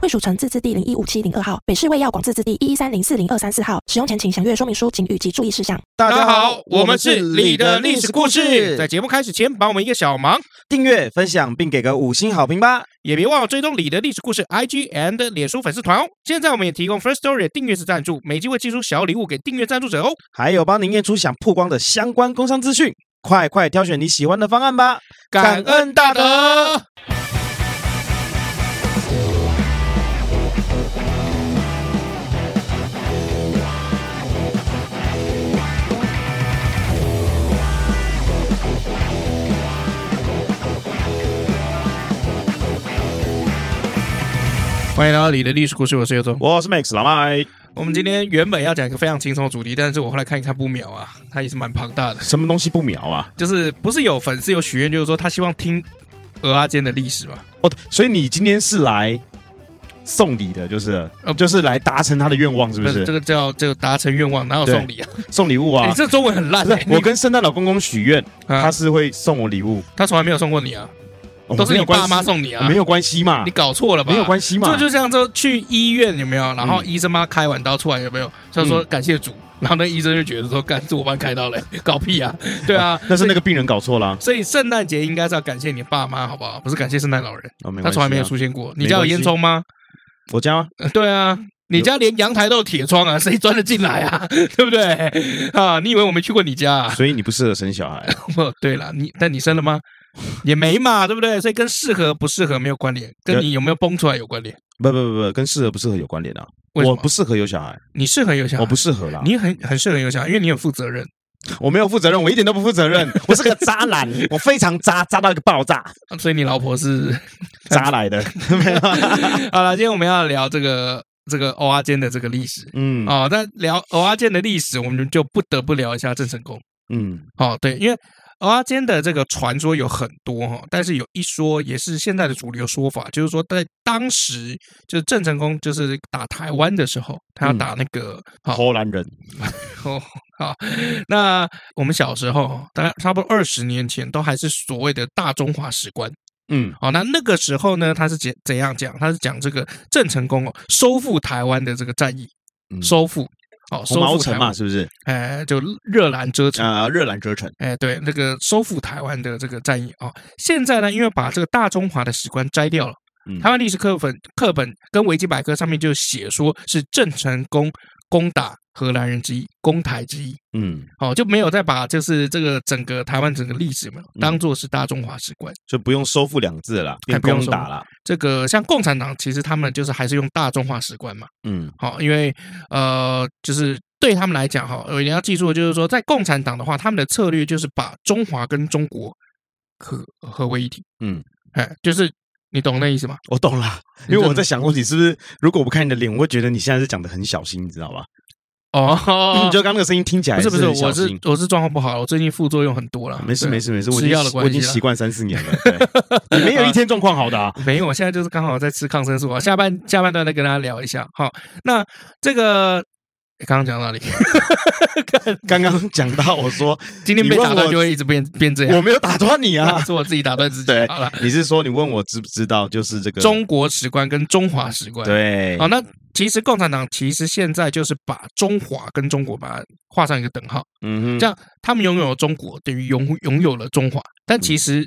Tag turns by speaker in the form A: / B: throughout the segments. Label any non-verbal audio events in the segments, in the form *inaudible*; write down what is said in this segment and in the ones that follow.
A: 惠蜀城自治地零一五七零二号，北市卫药广自治地一一三零四零二三四号。使用前请详阅说明书请及注意事项。
B: 大家好，我们是你的历史故事。在节目开始前，帮我们一个小忙，
C: 订阅、分享，并给个五星好评吧。
B: 也别忘了追踪你的历史故事 IG and 脸书粉丝团哦。现在我们也提供 First Story 的订阅式赞助，每集会寄出小礼物给订阅赞助者哦。
C: 还有帮您验出想曝光的相关工商资讯，快快挑选你喜欢的方案吧。
B: 感恩大德。欢迎来到你的历史故事，我是尤总。
C: 我是 Max 老麦，
B: 我们今天原本要讲一个非常轻松的主题，但是我后来看一看不秒啊，它也是蛮庞大的。
C: 什么东西不秒啊？
B: 就是不是有粉丝有许愿，就是说他希望听鹅阿坚的历史嘛？
C: 哦，所以你今天是来送礼的，就是了、
B: 呃
C: 就是来达成他的愿望，是不是？
B: 这个叫这个达成愿望，哪有送礼啊？
C: 送礼物
B: 你、
C: 啊？
B: 这中文很烂、
C: 不是
B: 欸。
C: 我跟圣诞老公公许愿，
B: 啊
C: 他是会送我礼物，
B: 他从来没有送过你啊，
C: 我
B: 都
C: 们
B: 是
C: 没
B: 你
C: 有关
B: 爸妈
C: 系
B: 送你啊，
C: 没有关系嘛
B: 你，搞错了吧？
C: 没有关系嘛
B: 这。就像说去医院有没有？然后
C: 嗯
B: 医生妈开完刀出来有没有？就说
C: 嗯
B: 感谢主，然后那医生就觉得说，干是我帮你开刀嘞， *laughs* 搞屁啊！对啊，
C: 但哦是那个病人搞错了啊，
B: 所以圣诞节应该是要感谢你爸妈，好不好？不是感谢圣诞老人，
C: 哦没
B: 他
C: 关系
B: 从
C: 啊
B: 来没有出现过。你
C: 没
B: 家有
C: 关
B: 烟
C: 系
B: 囱吗？
C: 我家吗
B: 呃对啊，你家连阳台都有铁窗啊，谁钻得进来啊？ *laughs* 对不对？啊，你以为我没去过你家、啊？
C: *laughs*
B: *laughs*
C: 所以你不适合生小 *laughs* 孩。
B: 哦，对了，你但你生了吗？也没嘛，对不对？所以跟适合不适合没有关联，跟你有没有崩出来有关联。
C: 不不不不，跟适合不适合有关联啊！
B: 为什
C: 我
B: 么
C: 不适合有小孩，
B: 你适合有小孩，
C: 我不适合啦。
B: 你很很适合有小孩，因为你很负责任。
C: 我没有负责任，我一点都不负责任， *laughs* 我是个渣男，我非常渣，渣到一个爆 *laughs* 炸，
B: 啊所以你老婆
C: *laughs*
B: 是
C: 渣来的，没有啊。
B: 好了，今天我们要聊这个这个欧阿坚的这个历史
C: *laughs* *laughs* 嗯
B: 哦。但聊欧阿坚的历史，我们就不得不聊一下郑成功。
C: 嗯，
B: 哦，对，因为蚵仔煎的这个传说有很多哈，但是有一说也是现在的主流说法，就是说在当时就是郑成功就是打台湾的时候，他要
C: 嗯
B: 打那个好
C: 荷兰人，
B: 哦好，那我们小时候大概差不多二十年前都还是所谓的大中华史观
C: 嗯
B: 哦，那那个时候呢，他是怎怎样讲？他是讲这个郑成功哦收复台湾的这个战役，
C: 嗯
B: 收复哦
C: 红
B: 收
C: 毛
B: 复台
C: 城嘛，
B: 湾，
C: 是不是？
B: 哎，就热兰遮城。
C: 啊，热兰遮城，
B: 哎，对，那个收复台湾的这个战役啊、现在呢，因为把这个大中华的史观摘掉了，
C: 嗯
B: 台湾历史课本课本跟维基百科上面就写说是郑成功攻打荷兰人之一，攻台之一。
C: 嗯，
B: 哦，就没有再把就是这个整个台湾整个历史嘛，当做是大中华史观。
C: 就不用收复两个字了，
B: 还
C: 变
B: 不用
C: 攻
B: 收
C: 打了，
B: 这个像共产党，其实他们就是还是用大中华史观嘛。
C: 嗯
B: 好、因为呃，就是对他们来讲哈，呃你要记住，就是说在共产党的话，他们的策略就是把中华跟中国合呃合为一体。
C: 嗯，
B: 哎，就是你懂那意思吗？
C: 我懂了，因为我在想过你是不是，如果我不看你的脸，我会觉得你现在是讲的很小心，你知道吧？
B: 哦
C: 你就刚刚那个声音听起来
B: 不是不是，
C: 很小
B: 我是
C: 心啊
B: 我是状况不好，我最近副作用很多了。
C: 没事
B: 对
C: 没事没事，我已
B: 吃药
C: 经
B: 的
C: 我已
B: 关系
C: 经
B: 啦
C: 习惯三 *laughs* 四年了，对 *laughs* 你没有一天状况好的
B: *laughs*
C: 啊，
B: 没有，我现在就是刚好在吃抗生素啊。下半下半段再跟大家聊一下。好，那这个诶刚刚讲到哪里？ *laughs*
C: 刚刚讲到我说
B: 今天被
C: 你问
B: 打断
C: 我
B: 就会一直变变这样。
C: 我没有打断你
B: *laughs*，
C: 啊
B: 是我自己打断自己。
C: 对
B: 好了，，
C: 你是说你问我知不知道，就是这个
B: 中国史观跟中华史观。
C: 对
B: 好，，那其实共产党其实现在就是把中华跟中国把它画上一个等号，
C: 嗯哼，
B: 这样他们拥有中国，等于拥拥有了中华。
C: 嗯
B: 但其实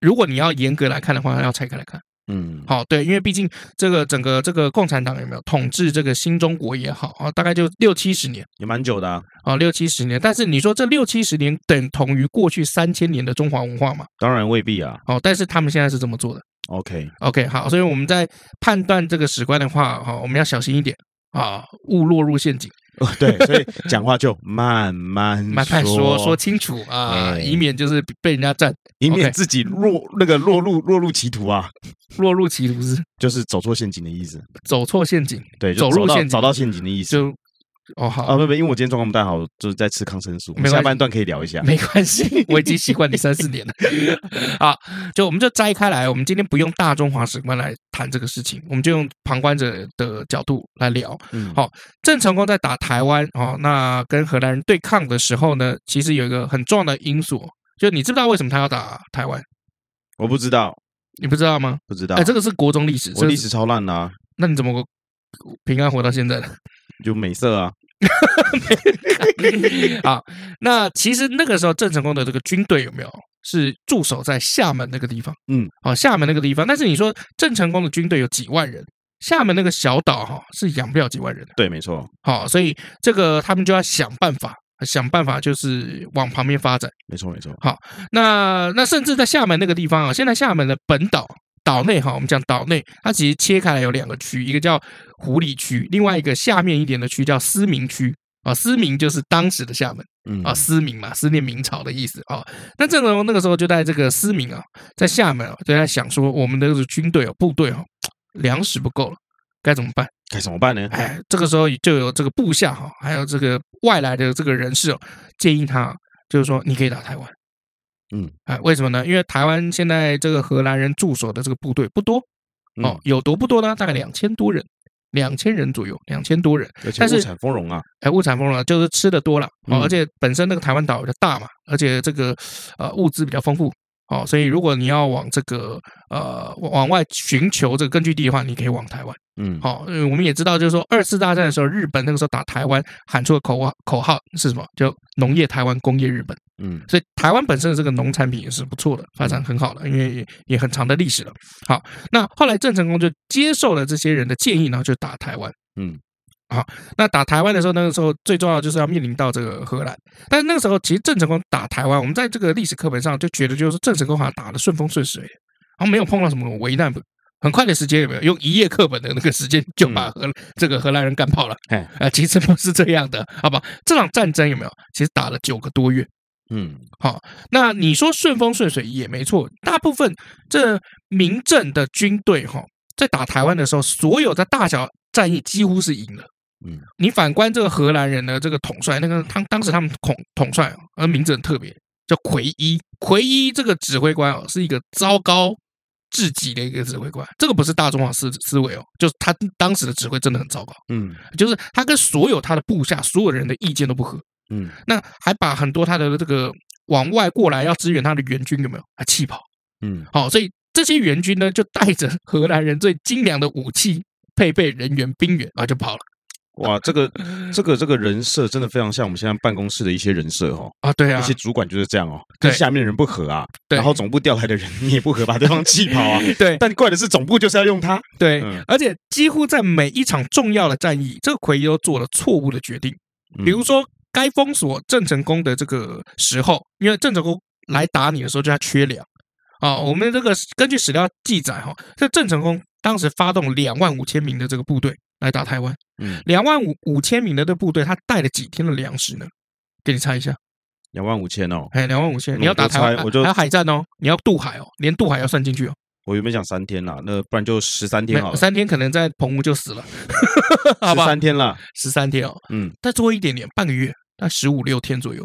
B: 如果你要严格来看的话，要拆开来看。
C: 嗯，
B: 好，对，因为毕竟这个整个这个共产党有没有统治这个新中国也好啊，大概就六七十年
C: 也蛮久的啊，
B: 啊，六七十年。但是你说这六七十年等同于过去三千年的中华文化嘛？
C: 当然未必啊。
B: 哦，但是他们现在是这么做的。
C: OK， *laughs*
B: OK，好，所以我们在判断这个史观的话，哈、我们要小心一点啊，勿落入陷阱。
C: 哦对，所以讲话就慢慢
B: 慢慢说说清楚啊，
C: 哎
B: 以免就是被人家占
C: 以免
B: OK
C: 自己落那个落入落入歧途啊，
B: 落入歧途，是
C: 就是走错陷阱的意思。
B: 走错陷阱，
C: 对，就
B: 走入
C: 到
B: 陷阱
C: 找到陷阱的意思。
B: 就哦好
C: 啊，不不，因为我今天状况不太好，就是在吃抗生素。我
B: 没
C: 们
B: 关系
C: 下半段可以聊一下。
B: 没关系，我已经习惯你三四年了。 *laughs* 好，就我们就摘开来，我们今天不用大中华史观来谈这个事情，我们就用旁观者的角度来聊。
C: 嗯
B: 好郑成功在打台湾哦，那跟荷兰人对抗的时候呢，其实有一个很重要的因素，就你知不知道为什么他要打台湾？
C: 我不知道，
B: 你不知道吗？
C: 不知道
B: 哎，。这个是国中历史，
C: 我
B: 这
C: 历
B: 个
C: 史
B: 是
C: 超烂的啊，
B: 那你怎么平安活到
C: *laughs*
B: 现在的？
C: 就美色啊。
B: 好，那其实那个时候郑成功的这个军队有没有是驻守在厦门那个地方？
C: 嗯，
B: 哦，厦门那个地方。但是你说郑成功的军队有几万人，厦门那个小岛哈、是养不了几万人的。
C: 对，没错，
B: 好、所以这个他们就要想办法，想办法就是往旁边发展。
C: 没错，没错。
B: 那那甚至在厦门那个地方啊，现在厦门的本岛岛内哈，我们讲岛内，它其实切开来有两个区，一个叫湖里区，另外一个下面一点的区叫思明区啊。思明就是当时的厦门。
C: 嗯
B: 啊，思明嘛，思念明朝的意思啊。那郑成功那个时候就在这个思明啊，在厦门啊，就在想说，我们的这个军队哦，部队哦，粮食不够了，该怎么办？
C: 该怎么办呢？
B: 哎，这个时候就有这个部下哈、还有这个外来的这个人士哦，建议他就是说，你可以打台湾。
C: 嗯，
B: 哎，为什么呢？因为台湾现在这个荷兰人驻守的这个部队不多
C: 嗯，，
B: 哦有多不多呢？大概两千多人，两千人左右，两千多人。
C: 而且
B: 但是
C: 物产丰荣啊，
B: 哎，物产丰饶，就是吃的多了、
C: 嗯
B: 哦，而且本身那个台湾岛比较大嘛，而且这个呃物资比较丰富哦，所以如果你要往这个呃往往外寻求这个根据地的话，你可以往台湾。
C: 嗯，
B: 好、呃我们也知道，就是说二次大战的时候，日本那个时候打台湾喊出的口号口号是什么？就农业台湾，工业日本。
C: 嗯，
B: 所以台湾本身的这个农产品也是不错的，发展很好的，因为也也很长的历史了。好，那后来郑成功就接受了这些人的建议，然后就打台湾。
C: 嗯，
B: 好，那打台湾的时候，那个时候最重要的就是要面临到这个荷兰。但是那个时候，其实郑成功打台湾，我们在这个历史课本上就觉得，就是郑成功好像打的顺风顺水，然后没有碰到什么危难。很快的时间有没有用一页课本的那个时间就把荷、这个荷兰人干跑了？
C: 哎
B: 啊、其实不是这样的，好吧？这场战争有没有？其实打了九个多月，
C: 嗯，
B: 那你说顺风顺水也没错，大部分这民政的军队哈、在打台湾的时候，所有的大小战役几乎是赢了。
C: 嗯，
B: 你反观这个荷兰人的这个统帅，那个他当时他们统统帅，呃，名字很特别，叫奎伊。奎伊这个指挥官哦，是一个糟糕至极的一个指挥官。这个不是大中华思思维哦，就是他当时的指挥真的很糟糕，
C: 嗯，
B: 就是他跟所有他的部下、所有人的意见都不合。
C: 嗯，
B: 那还把很多他的这个往外过来要支援他的援军有没有？还气跑。
C: 嗯，
B: 好、所以这些援军呢，就带着 *laughs* 荷兰人最精良的武器、配备、人员、兵员，啊，就跑了。
C: 哇，这个这个这个人设真的非常像我们现在办公室的一些人设哦，
B: 啊，对啊
C: 一，些主管就是这样哦，跟
B: 对
C: 下面的人不合啊，
B: 对
C: 然后总部调来的人你也不合，把对方气跑
B: *laughs*
C: 啊。 *laughs*
B: 对
C: 但怪的是总部就是要用他，
B: 对、
C: 嗯
B: 而且几乎在每一场重要的战役，这个奎伊都做了错误的决定。
C: 嗯
B: 比如说，该封锁郑成功的这个时候，因为郑成功来打你的时候，就他缺粮啊。我们这个根据史料记载哈，这郑成功当时发动两万五千名的这个部队来打台湾
C: 嗯，
B: 两万五五千名的这部队，他带了几天的粮食呢？给你猜一下，
C: 两万五千哦，
B: 哎，两万五千，你
C: 我
B: 要打
C: 就
B: 台湾，
C: 猜我就
B: 还有海战哦，你要渡海哦，连渡海要算进去哦，
C: 我原本想三天啦，那不然就十三天好
B: 没
C: 了，
B: 三天可能在澎湖就死了，好
C: 十
B: 吧，
C: 三天啦，
B: 十三天哦，
C: 嗯，
B: 再多一点点，半个月，那十五六天左右，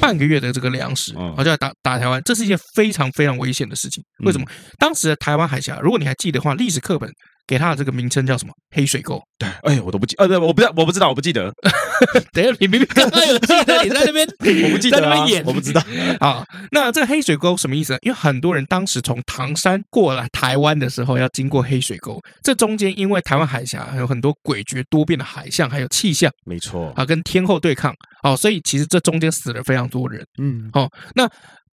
B: 半个月的这个粮食，
C: 嗯
B: 啊，就要打打台湾，这是一件非常非常危险的事情。为什么？
C: 嗯
B: 当时的台湾海峡，如果你还记得的话，历史课本给它的这个名称叫什么？黑水沟。 *laughs*
C: 哎，我都不记，呃，不我不知道，我不知道，我不记得，
B: 等一下，你明明刚刚有记得，你在那边，
C: *laughs* 我不记得
B: 在那
C: 啊
B: 边演，
C: 我不
B: *laughs*
C: 知道。
B: 啊。那这黑水沟什么意思呢？因为很多人当时从唐山过来台湾的时候，要经过黑水沟，这中间因为台湾海峡有很多诡谲多变的海象，还有气象
C: 没错，
B: 啊，跟天后对抗哦，所以其实这中间死了非常多人。
C: 嗯
B: 哦，那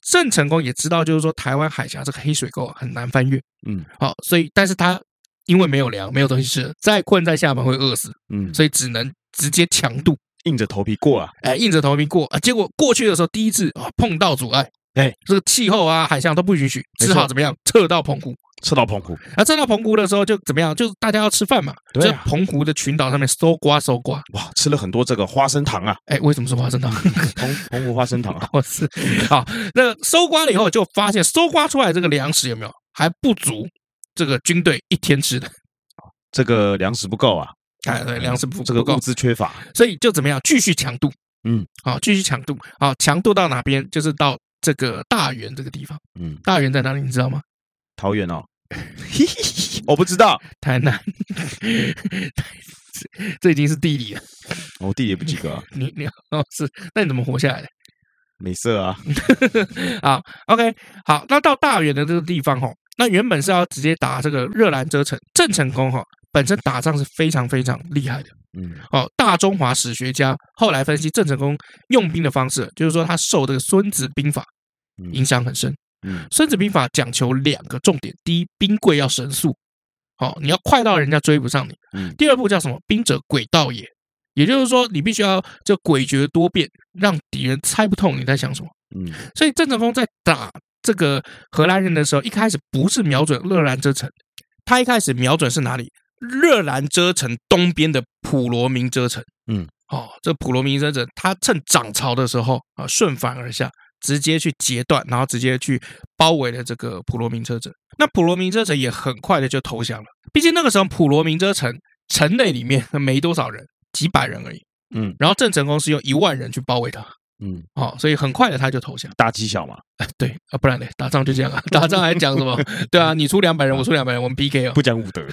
B: 郑成功也知道，就是说台湾海峡这个黑水沟啊很难翻越，
C: 嗯，
B: 好、所以但是他因为没有粮，没有东西吃，再困在厦门会饿死，
C: 嗯，
B: 所以只能直接强渡，
C: 硬着头皮过啊，
B: 哎，硬着头皮过啊。结果过去的时候，第一次啊碰到阻碍，
C: 哎，
B: 这个气候啊、海象都不允许，
C: 没
B: 只
C: 错
B: 好怎么样撤到澎湖。
C: 吃到澎湖，
B: 啊，再到澎湖的时候就怎么样？就是大家要吃饭嘛，
C: 对啊
B: 就澎湖的群岛上面搜刮搜刮。
C: 哇，吃了很多这个花生糖啊，
B: 哎，为什么是花生糖？
C: 澎澎湖花生糖啊，
B: *laughs* 我是好，那个搜刮了以后就发现，搜刮出来这个粮食有没有还不足这个军队一天吃的？
C: 这个粮食不够啊，
B: *laughs* 哎，对，粮食不
C: 这
B: 不
C: 个
B: 够
C: 物，资缺乏，
B: 所以就怎么样？继续强渡，
C: 嗯，
B: 好，继续强渡，好，强渡到哪边？就是到这个大原这个地方。
C: 嗯，
B: 大原在哪里？你知道吗？
C: 桃园
B: *laughs*
C: 哦，我不知道，
B: 台南。 *laughs* 这已经是地理了，
C: 我地也不及格啊，
B: 你你哦是，那你怎么活下来 *laughs* 的？
C: 美色啊，
B: 好，OK，好，那到大原的这个地方吼，那原本是要直接打这个热兰遮城，郑成功吼本身打仗是非常非常厉害的
C: 嗯，
B: 哦。大中华史学家后来分析郑成功用兵的方式，就是说他受这个《孙子兵法》
C: 嗯
B: 影响很深，
C: 嗯
B: 《孙子兵法》讲求两个重点：第一，兵贵要神速，哦，你要快到人家追不上你；
C: 嗯
B: 第二步叫什么？兵者诡道也，也就是说，你必须要就诡谲多变，让敌人猜不透你在想什么。
C: 嗯
B: 所以郑成功在打这个荷兰人的时候，一开始不是瞄准热兰遮城，他一开始瞄准是哪里？热兰遮城东边的普罗民遮城。
C: 嗯，
B: 哦，这普罗民遮城，他趁涨潮的时候啊，顺反而下，直接去截断，然后直接去包围了这个普罗民遮城。那普罗民遮城也很快的就投降了，毕竟那个时候普罗民遮城城内里面 *laughs* 没多少人，几百人而已。
C: 嗯
B: 然后郑成功是用一万人去包围他，
C: 嗯，
B: 哦，所以很快的他就投降。
C: 大欺小嘛，
B: *laughs* 对啊，不然嘞，打仗就这样啊，打仗还讲什么？对啊，你出两百人，我出两百人，我们 PK 哦。
C: 不讲武
B: *laughs*
C: 德，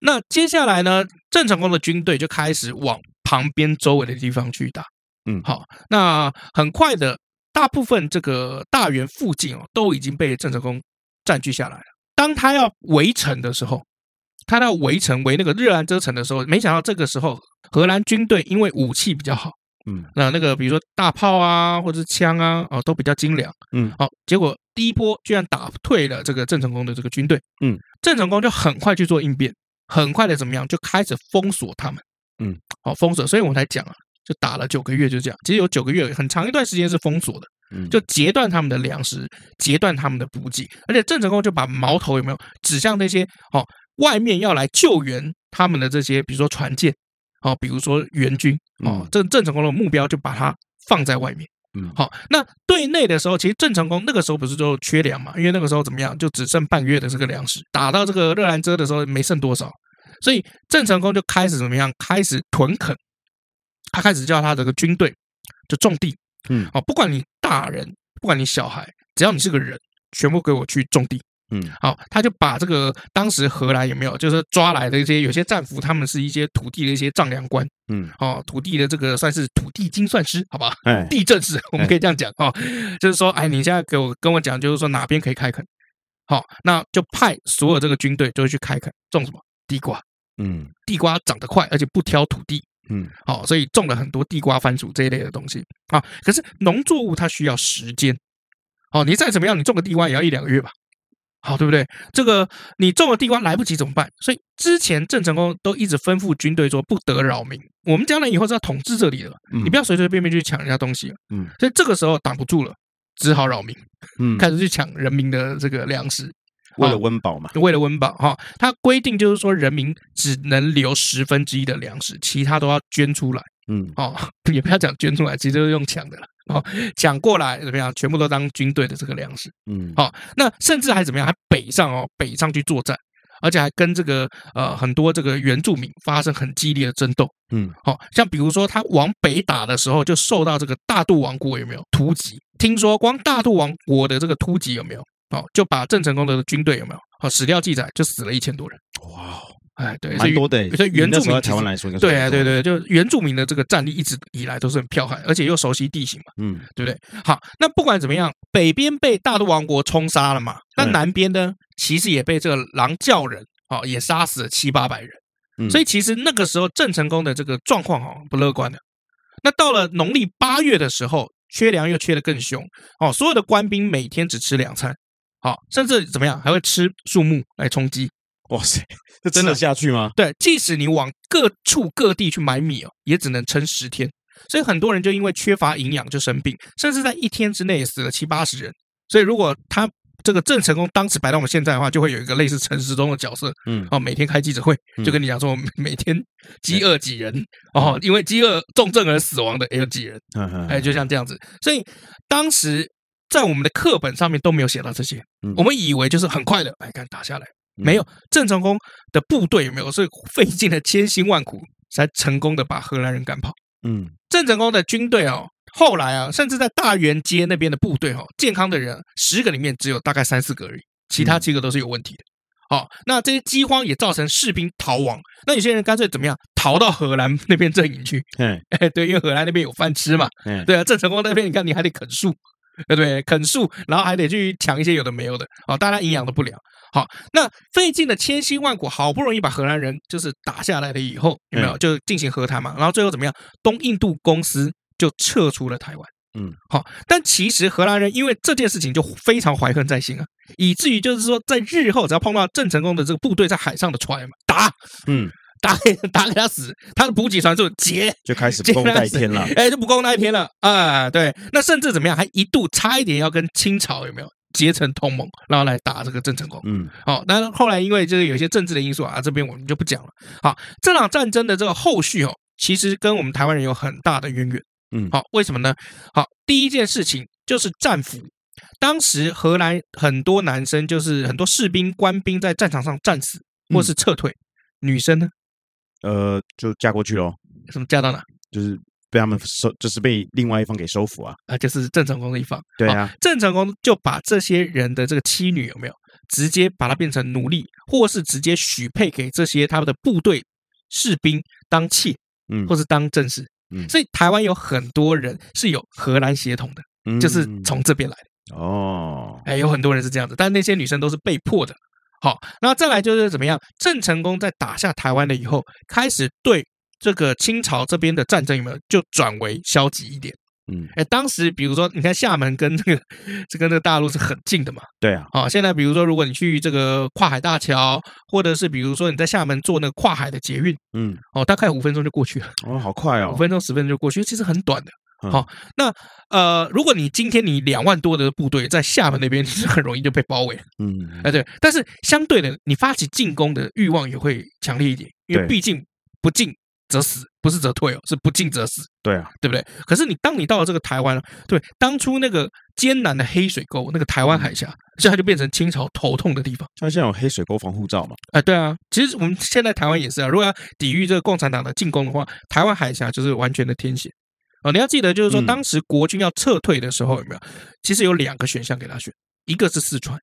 B: 那接下来呢，郑成功的军队就开始往旁边周围的地方去打。
C: 嗯
B: 好，那很快的，大部分这个大员附近哦，都已经被郑成功占据下来了。当他要围城的时候，他要围城围那个热兰遮城的时候，没想到这个时候荷兰军队因为武器比较好，
C: 嗯
B: 那那个比如说大炮啊，或者是枪啊，哦，都比较精良。
C: 嗯
B: 好、哦结果第一波居然打退了这个郑成功的这个军队。
C: 嗯，
B: 郑成功就很快去做应变，很快的怎么样，就开始封锁他们。
C: 嗯，
B: 好、封锁，所以我才讲啊，就打了九个月，就这样。其实有九个月，很长一段时间是封锁的，
C: 嗯，
B: 就截断他们的粮食，截断他们的补给，而且郑成功就把矛头有没有指向那些哦外面要来救援他们的这些，比如说船舰，哦，比如说援军，哦
C: 嗯，
B: 这郑成功的目标就把它放在外面。
C: 嗯
B: 好，那对内的时候，其实郑成功那个时候不是就缺粮嘛？因为那个时候怎么样，就只剩半月的这个粮食，打到这个热兰遮的时候没剩多少，所以郑成功就开始怎么样？开始屯垦，他开始叫他这个军队就种地，
C: 嗯
B: 哦，不管你大人，不管你小孩，只要你是个人，全部给我去种地。
C: 嗯
B: 好，他就把这个当时荷兰有没有，就是抓来的一些有些战俘，他们是一些土地的一些丈量官，
C: 嗯，
B: 哦，土地的这个算是土地精算师，好吧？ *laughs*
C: 哎，
B: 地震师，我们可以这样讲哦，就是说，哎，你现在给我跟我讲，就是说哪边可以开垦，好、那就派所有这个军队就去开垦，种什么地瓜，
C: 嗯
B: 地瓜长得快，而且不挑土地，
C: 嗯，
B: 好、所以种了很多地瓜、番薯这一类的东西啊。可是农作物它需要时间，哦，你再怎么样，你种个地瓜也要一两个月吧，好，对不对？这个你种了地瓜来不及怎么办？所以之前郑成功都一直吩咐军队说不得扰民，我们将来以后是要统治这里的，
C: 嗯
B: 你不要随随便便去抢人家东西。
C: 嗯，
B: 所以这个时候挡不住了，只好扰民，
C: 嗯，
B: 开始去抢人民的这个粮食。
C: 为
B: 啊
C: 了温饱嘛，
B: 为了温饱哈，它规定就是说，人民只能留十分之一的粮食，其他都要捐出来
C: 嗯
B: 哦。 *laughs* 也不要讲捐出来，其实就是用抢的了哦，抢过来怎么样，全部都当军队的这个粮食。
C: 嗯，
B: 好、那甚至还怎么样，还北上哦，北上去作战，而且还跟这个呃很多这个原住民发生很激烈的争斗。
C: 嗯，
B: 好、像比如说他往北打的时候，就受到这个大肚王国有没有突击？听说光大肚王国的这个突击有没有？哦，就把郑成功的军队有没有？哦，史料记载就死了一千多人。
C: 哇，
B: 哎，对，所
C: 蛮
B: 以
C: 多的嗯欸，
B: 所以原
C: 那
B: 住
C: 时候
B: 民
C: 台湾来说应该
B: 对啊，对
C: 对，
B: 对，就原住民的这个战力一直以来都是很彪悍，而且又熟悉地形嘛。
C: 嗯
B: 对不对？好，那不管怎么样，北边被大陆王国冲杀了嘛，那
C: 对
B: 南边呢，其实也被这个狼教人哦也杀死了七八百人，
C: 嗯
B: 所以其实那个时候郑成功的这个状况哦不乐观的。那到了农历八月的时候，缺粮又缺得更凶哦，所有的官兵每天只吃两餐，好、甚至怎么样还会吃树木来充饥。
C: 哇塞，这真的
B: 啊
C: 下去吗？
B: 对，即使你往各处各地去买米哦，也只能撑十天。所以很多人就因为缺乏营养就生病，甚至在一天之内也死了七八十人。所以如果他这个郑成功当时摆到我们现在的话，就会有一个类似陈时中的角色，
C: 嗯，
B: 哦，每天开记者会，就跟你讲说，我们每天饥饿几人哦，因为饥饿重症而死亡的也有几人，哎，
C: 哎，
B: 就像这样子。所以当时在我们的课本上面都没有写到这些，我们以为就是很快的，哎，看打下来，没有郑成功的部队有没有是费尽了千辛万苦才成功的把荷兰人赶跑。
C: 嗯
B: 郑成功的军队哦，后来啊，甚至在大原街那边的部队哦，健康的人十个里面只有大概三四个而已，其他七个都是有问题的。哦，那这些饥荒也造成士兵逃亡，那有些人干脆怎么样，逃到荷兰 *laughs* 那边阵营去？
C: 哎
B: 哎，对，因为荷兰那边有饭吃嘛。
C: 哎，
B: 对啊，郑成功那边你看你还得啃树，对不对？啃树，然后还得去抢一些有的没有的，哦，大家营养都不良。好，那费尽了千辛万苦，好不容易把荷兰人就是打下来了以后，有没有
C: 嗯
B: 就进行和谈嘛？然后最后怎么样？东印度公司就撤出了台湾。
C: 嗯，
B: 好，但其实荷兰人因为这件事情就非常怀恨在心啊，以至于就是说，在日后只要碰到郑成功的这个部队在海上的船嘛，打
C: 嗯，
B: 打给打给他死，他的补给船就劫
C: 就
B: *laughs*
C: 开始不共戴天了。
B: 哎，就不共那一天了啊！对，那甚至怎么样，还一度差一点要跟清朝有没有结成同盟，然后来打这个郑成功。
C: 嗯
B: 好、哦，但后来因为就是有一些政治的因素啊，这边我们就不讲了。好，这场战争的这个后续哦，其实跟我们台湾人有很大的渊源。
C: 嗯
B: 好、为什么呢？好，第一件事情就是战俘。当时荷兰很多男生就是很多士兵、官兵在战场上战死或
C: 嗯
B: 是撤退，女生呢，
C: 呃，就嫁过去喽，
B: 什么嫁到哪
C: 就是被他们收，就是被另外一方给收服啊。
B: 啊？就是郑成功的一方。
C: 对啊，
B: 郑成功就把这些人的这个妻女有没有直接把她变成奴隶，或是直接许配给这些他们的部队士兵当妾，
C: 嗯
B: 或是当正室。
C: 嗯
B: 所以台湾有很多人是有荷兰血统的，
C: 嗯
B: 就是从这边来的。
C: 哦，
B: 哎，有很多人是这样子，但那些女生都是被迫的。好，那再来就是怎么样？郑成功在打下台湾了以后，开始对这个清朝这边的战争有没有就转为消极一点？
C: 嗯，
B: 哎，当时比如说，你看厦门跟这个 *laughs* 这跟这个大陆是很近的嘛，
C: 对啊，
B: 啊，现在比如说，如果你去这个跨海大桥，或者是比如说你在厦门坐那个跨海的捷运，
C: 嗯，
B: 哦，大概五分钟就过去了，
C: 哦，好快哦
B: 五，分钟十分钟就过去，其实很短的。
C: 嗯
B: 好、那呃，如果你今天你两万多的部队在厦门那边，你是很容易就被包围了，
C: 嗯
B: 哎，对。但是相对的，你发起进攻的欲望也会强烈一点，因为
C: 对
B: 毕竟不进则死，不是则退哦，是不进则死。
C: 对啊，
B: 对不对？可是你当你到了这个台湾，对当初那个艰难的黑水沟，那个台湾海峡，
C: 嗯
B: 现在就变成清朝头痛的地方。
C: 像现在有黑水沟防护罩嘛，
B: 哎，对啊，其实我们现在台湾也是啊，如果要抵御这个共产党的进攻的话，台湾海峡就是完全的天险。哦，你要记得，就是说
C: 嗯
B: 当时国军要撤退的时候，有没有？其实有两个选项给他选，一个是四川，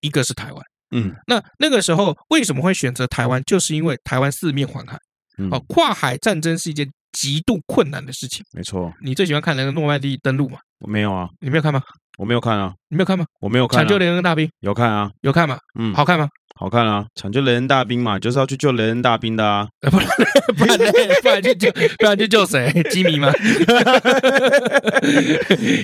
B: 一个是台湾。
C: 嗯
B: 那那个时候为什么会选择台湾？就是因为台湾四面环海，
C: 嗯
B: 哦，，跨海战争是一件极度困难的事情。
C: 没错，
B: 你最喜欢看那个诺曼底登陆嘛？
C: 我没有啊，
B: 你没有看吗？
C: 我没有看啊，
B: 你没有看吗？
C: 我没有看
B: 抢
C: 啊，
B: 救雷恩大兵
C: 有看啊，
B: 有看吗？
C: 嗯，
B: 好看吗？
C: 好看啊，抢救雷恩大兵嘛，就是要去救雷恩大兵的啊，*laughs*
B: 呃 *laughs* 不然不然呢 *laughs* 不然去救不然去救谁？吉米吗？
C: *laughs*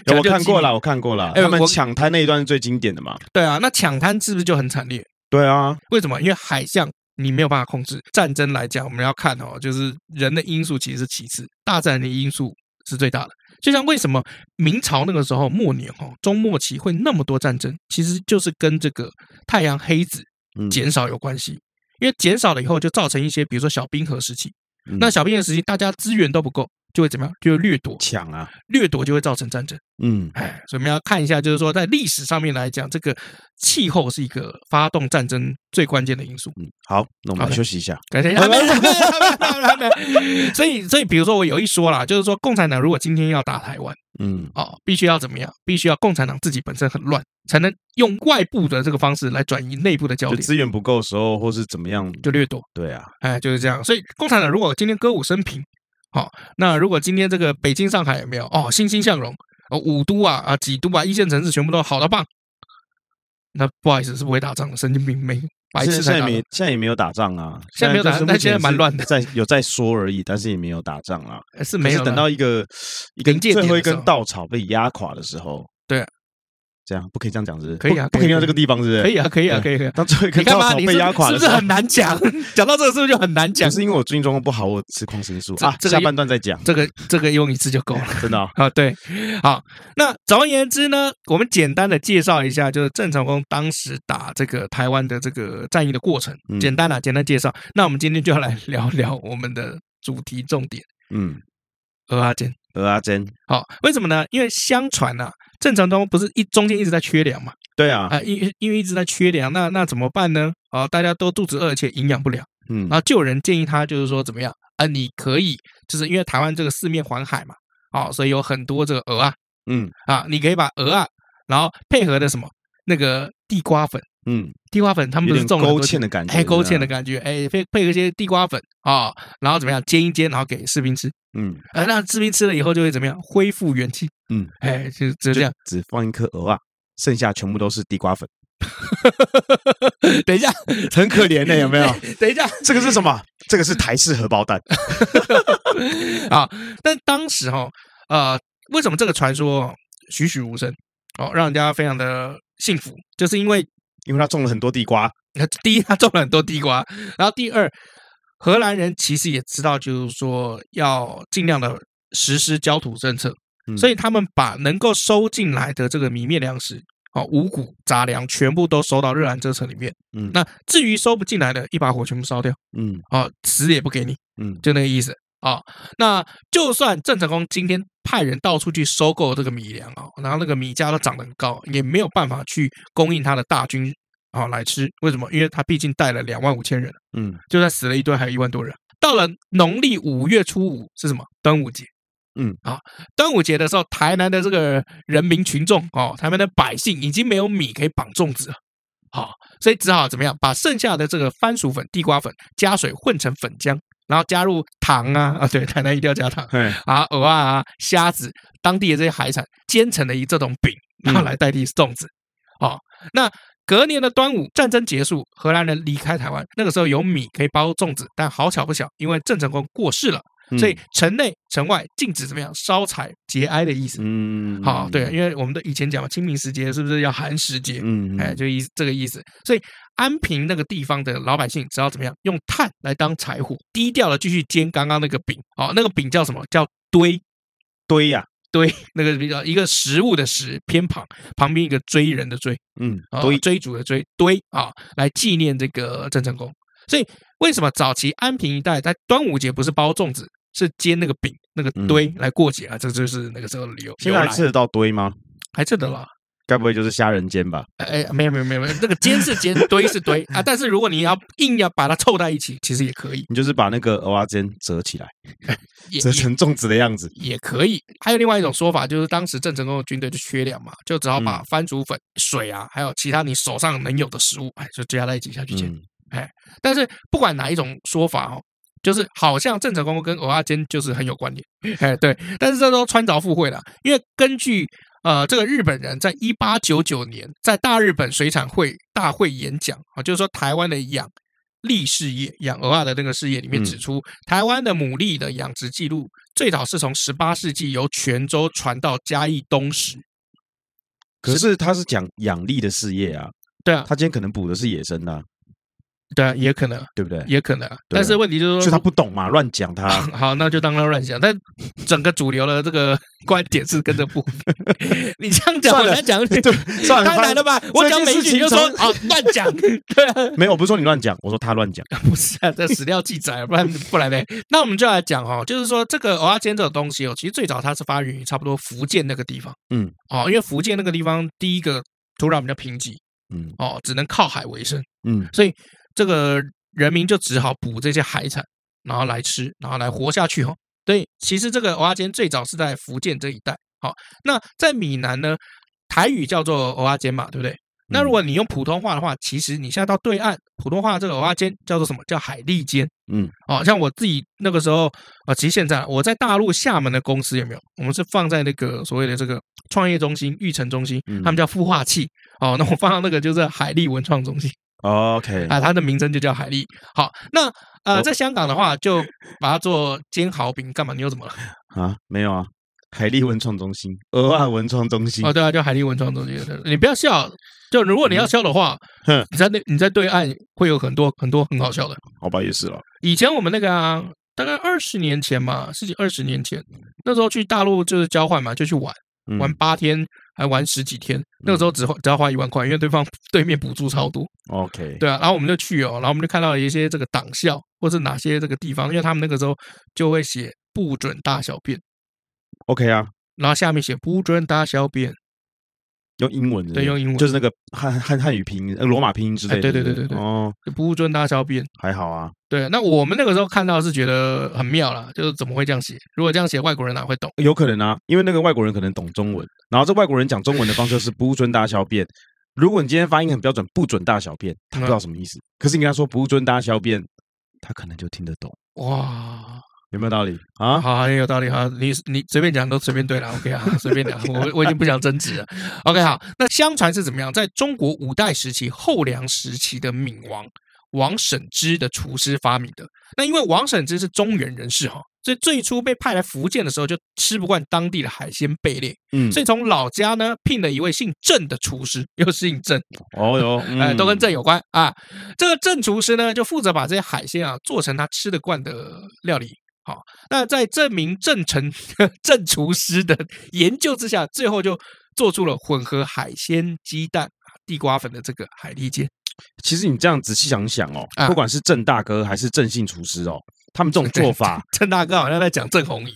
C: 有我
B: 抢救
C: 看
B: 吉
C: 过
B: 米
C: 啦，。我看过啦，
B: 哎
C: 他们
B: 我
C: 抢滩那一段是最经典
B: *laughs*
C: 的嘛，
B: 对啊，那抢滩是不是就很惨烈？
C: 对啊，
B: 为什么？因为海象你没有办法控制。战争来讲，我们要看哦，就是人的因素其实是其次，大自然的因素是最大的。就像为什么明朝那个时候末年哦，中末期会那么多战争，其实就是跟这个太阳黑子
C: 嗯，
B: 减少有关系。因为减少了以后，就造成一些，比如说小冰河时期。
C: 嗯
B: 那小冰河时期，大家资源都不够，就会怎么样？就会掠夺，
C: 抢啊，
B: 掠夺就会造成战争。
C: 嗯
B: 哎，所以我们要看一下，就是说在历史上面来讲，这个气候是一个发动战争最关键的因素。
C: 嗯，好，那我们来
B: OK
C: 休息一下，
B: 感谢，还没，还没，还没，还没。所以，所以比如说我有一说啦，就是说共产党如果今天要打台湾
C: 嗯
B: 哦，必须要怎么样？必须要共产党自己本身很乱，才能用外部的这个方式来转移内部的焦
C: 就
B: 点，
C: 资源不够的时候，或是怎么样，
B: 就掠夺。
C: 对啊，
B: 哎，就是这样。所以共产党如果今天歌舞升平，好、那如果今天这个北京、上海有没有哦，欣欣向荣，哦，五都啊啊几都啊，一线城市全部都好到棒，那不好意思，是不会打仗的，神经病没白
C: 现在
B: 痴
C: 现
B: 才
C: 在
B: 打
C: 没
B: 仗。
C: 现在也没有打仗啊，
B: 现在没有打
C: 就是目
B: 但
C: 前
B: 现在蛮
C: 是
B: 乱的
C: 在有在说而已，但是也没有打仗啊，
B: 是没
C: 可是
B: 有啦
C: 等到一个一个
B: 临界点
C: 最后一
B: 的时候
C: 根稻草被压垮的时候，
B: 对啊，
C: 这样不可以这样讲，是不是？
B: 可以啊
C: 不不可
B: 可
C: 以
B: 以
C: 用这个地方，是不是？
B: 可以啊，可以啊，可以可以啊。
C: 当最后一
B: 你
C: 个
B: 干
C: 稻
B: 嘛？
C: 草
B: 你
C: 被
B: 是
C: 压垮
B: 是
C: 的
B: 不是
C: 时候
B: 很难讲？ *laughs* 讲到这个是不是就很难讲
C: 不？是因为我最近状况不好，我吃抗生素
B: 这
C: 啊。
B: 这个
C: 下半段再讲，
B: 这个这个用一次就够了。
C: 真的哦。
B: 啊，对，好，那总而言之呢，我们简单的介绍一下，就是郑成功当时打这个台湾的这个战役的过程，
C: 嗯
B: 简单啦，简单介绍。那我们今天就要来聊聊我们的主题重点
C: 嗯，
B: ——
C: 啊
B: 鹅阿珍。
C: 鹅阿珍，
B: 好，为什么呢？因为相传啊，郑成功不是一中间一直在缺粮嘛，
C: 对啊，
B: 啊，因为因为一直在缺粮，那那怎么办呢？啊，大家都肚子饿，而且营养不良。
C: 嗯
B: 然后就有人建议他，就是说怎么样啊？你可以，就是因为台湾这个四面环海嘛，哦，所以有很多这个鹅啊
C: 嗯
B: 啊，你可以把鹅啊，然后配合的什么那个地瓜粉，
C: 嗯，
B: 地瓜粉他们
C: 有
B: 不是
C: 点
B: 种了很
C: 勾
B: 多
C: 芡的感觉，
B: 哎，勾芡
C: 是
B: 的
C: 吧，
B: 感觉，哎，配配合一些地瓜粉啊、然后怎么样煎一煎，然后给士兵吃，
C: 嗯，
B: 呃，那士兵吃了以后就会怎么样恢复元气，
C: 嗯，
B: 哎，就是就这样。
C: 只放一颗鹅啊，剩下全部都是地瓜
B: *laughs*
C: 粉，
B: 等
C: *laughs*
B: 一下，
C: 很可怜的，有没有？
B: 等一下，
C: *laughs*
B: *laughs*
C: 这个是什么？这个是台式荷包蛋。
B: 啊，但当时哈、哦，呃，为什么这个传说哦栩栩如生哦，让人家非常的幸福，就是因为
C: 因为他种了很多地瓜，
B: 呃 *laughs* 第一他种了很多地瓜，然后第二荷兰人其实也知道，就是说要尽量的实施焦土政策，
C: 嗯
B: 所以他们把能够收进来的这个米面粮食。哦，五谷杂粮全部都收到热兰遮城里面。
C: 嗯
B: 那至于收不进来的，一把火全部烧掉。
C: 嗯
B: 哦，死也不给你。
C: 嗯
B: 就那个意思啊、哦。那就算郑成功今天派人到处去收购这个米粮啊、哦，然后那个米价都涨得很高，也没有办法去供应他的大军啊、哦、来吃。为什么？因为他毕竟带了两万五千人，
C: 嗯
B: 就算死了一堆，还有一万多人。到了农历五月初五是什么？端午节。
C: 嗯
B: 啊，端午节的时候，台南的这个人民群众哦，台湾的百姓已经没有米可以绑粽子了，好、所以只好怎么样，把剩下的这个番薯粉、地瓜粉加水混成粉浆，然后加入糖啊啊，对，台南一定要加糖
C: 嘿
B: 啊，鹅啊、虾子，当地的这些海产煎成的一这种饼，然
C: 嗯
B: 后来代替粽子。哦，那隔年的端午战争结束，荷兰人离开台湾，那个时候有米可以包粽子，但好巧不巧，因为郑成功过世了，
C: 嗯
B: 所以城内城外禁止怎么样烧柴节哀的意思。
C: 嗯，
B: 好、对，啊因为我们的以前讲嘛，清明时节是不是要寒食节？
C: 嗯，嗯
B: 哎，就意思这个意思。所以安平那个地方的老百姓，只要怎么样，用炭来当柴火，低调的继续煎刚刚那个饼。哦，那个饼叫什么？叫堆
C: 堆呀，
B: 堆，那个比较一个食物的食偏旁，旁边一个追人的追，
C: 嗯，
B: 啊，
C: 堆
B: 追逐的追堆啊，来纪念这个郑成功。所以为什么早期安平一带在端午节不是包粽子，是煎那个饼那个
C: 嗯
B: 堆来过节啊？这就是那个时候的理由。
C: 现在还
B: 由来
C: 吃得到堆吗？
B: 还记得了。
C: 该不会就是虾仁煎吧？
B: 哎，没有没有没有没有，这个尖是尖，堆是堆啊。但是如果你要硬要把它凑在一起，其实也可以，
C: 你就是把那个蚵仔煎折起来，
B: 也
C: 折
B: 也
C: 成粽子的样子。
B: 也可以。还有另外一种说法，就是当时郑成功的军队就缺粮嘛，就只好把番薯粉、水啊，还有其他你手上能有的食物，哎，就加在一起下去煎。
C: 嗯
B: 但是不管哪一种说法哦，就是好像郑成功跟蚵仔煎就是很有关联，哎，对。但是这都穿凿附会了，因为根据呃这个日本人在一八九九年在大日本水产会大会演讲啊，就是说台湾的养力事业养鹅啊的那个事业里面
C: 嗯
B: 指出，台湾的牡蛎的养殖记录最早是从十八世纪由泉州传到嘉义东石。
C: 可是他是讲养力的事业啊，
B: 对啊
C: 他，今天可能捕的是野生的啊，
B: 对啊，也可能，
C: 对不对？
B: 也可能啊。
C: 对啊
B: 但是问题就是说，
C: 所以他不懂嘛，乱讲他。*laughs*
B: *laughs* 好，那就当他乱想。但整个主流的这个观点是跟着不符。
C: *laughs*
B: 你这样讲，
C: 算
B: 我
C: 了
B: 来讲， *laughs*
C: 对，算了，
B: 太难了吧？我讲每一句你就说
C: 这件事情
B: 哦乱
C: *laughs*
B: 讲，对啊， *laughs*
C: 没有，我不是说你乱讲，我说他乱讲。
B: 不是啊，这史料记载，不然不然嘞。那我们就来讲哦，就是说这个蚵仔煎这种东西哦，其实最早它是发源于差不多福建那个地方，
C: 嗯，
B: 哦，因为福建那个地方第一个土壤比较贫瘠，
C: 嗯
B: 哦，只能靠海为生，
C: 嗯
B: 所以这个人民就只好捕这些海产，然后来吃，然后来活下去哈、哦。对，其实这个蚵仔煎最早是在福建这一带。好，那在闽南呢，台语叫做蚵仔煎嘛，对不对？那
C: 嗯
B: 如果你用普通话的话，其实你现在到对岸，普通话这个蚵仔煎叫做什么？叫海蛎煎。
C: 嗯
B: 哦，像我自己那个时候，啊，其实现在我在大陆厦门的公司有没有？我们是放在那个所谓的这个创业中心、育成中心，
C: 嗯
B: 他们叫孵化器。哦，那我放到那个就是海蛎文创中心。
C: ，OK，
B: 啊，它的名称就叫海蛎。好，那呃，
C: 我
B: 在香港的话，就把它做煎蚝饼干嘛？你又怎么了？
C: 啊，没有啊，海利文创中心、俄啊文创中心
B: 哦，，对啊，叫海利文创中心。你不要笑，就如果你要笑的话
C: 嗯哼，
B: 你在那你在对岸会有很多很多很好笑的。
C: 好吧，也是了。
B: 以前我们那个啊，大概二十年前嘛，十几二十年前，那时候去大陆就是交换嘛，就去玩，
C: 嗯
B: 玩八天还玩十几天。那个时候只花只要花一万块，因为对方 *laughs* 对面补助超多。
C: OK，
B: 对啊，然后我们就去哦，然后我们就看到了一些这个党校或是哪些这个地方，因为他们那个时候就会写不准大小便，
C: ，OK 啊，
B: 然后下面写不准大小便。
C: 用英文是不是
B: 对用英文
C: 就是那个汉汉汉语拼音、呃罗马拼音之类的。
B: 哎对对
C: 是不是
B: 对对对
C: 哦，
B: 不准大小便，
C: 还好啊，
B: 对，那我们那个时候看到是觉得很妙啦，就是怎么会这样写？如果这样写，外国人哪会懂？
C: 有可能啊，因为那个外国人可能懂中文，然后这外国人讲中文的方式是不准大小便。如果你今天发音很标准，不准大小便，他不知道什么意思。
B: 嗯
C: 可是你跟他说不准大小便，他可能就听得懂，
B: 哇，
C: 有没有道理
B: *laughs*
C: 啊？
B: 好，很有道理哈，你你随便讲都随便对啦
C: *laughs*
B: o k 啊，随便讲，我我已经不想争执了。OK，好，那相传是怎么样？在中国五代时期、后梁时期的闵王王审知的厨师发明的。那因为王审知是中原人士哈，所以最初被派来福建的时候就吃不惯当地的海鲜贝类，
C: 嗯，
B: 所以从老家呢聘了一位姓郑的厨师，又姓郑。
C: 哦哟，
B: 哎，
C: 嗯
B: 都跟郑有关啊。这个郑厨师呢，就负责把这些海鲜啊做成他吃得惯的料理。好，那在证明郑 *laughs* 成郑厨师的研究之下，最后就做出了混合海鲜、鸡蛋、啊地瓜粉的这个海蛎煎。 *laughs*
C: 其实你这样仔细想想哦，
B: 啊
C: 不管是郑大哥还是郑姓厨师哦，他们这种做
B: *laughs*
C: 法，
B: 郑大哥好像在讲郑红怡，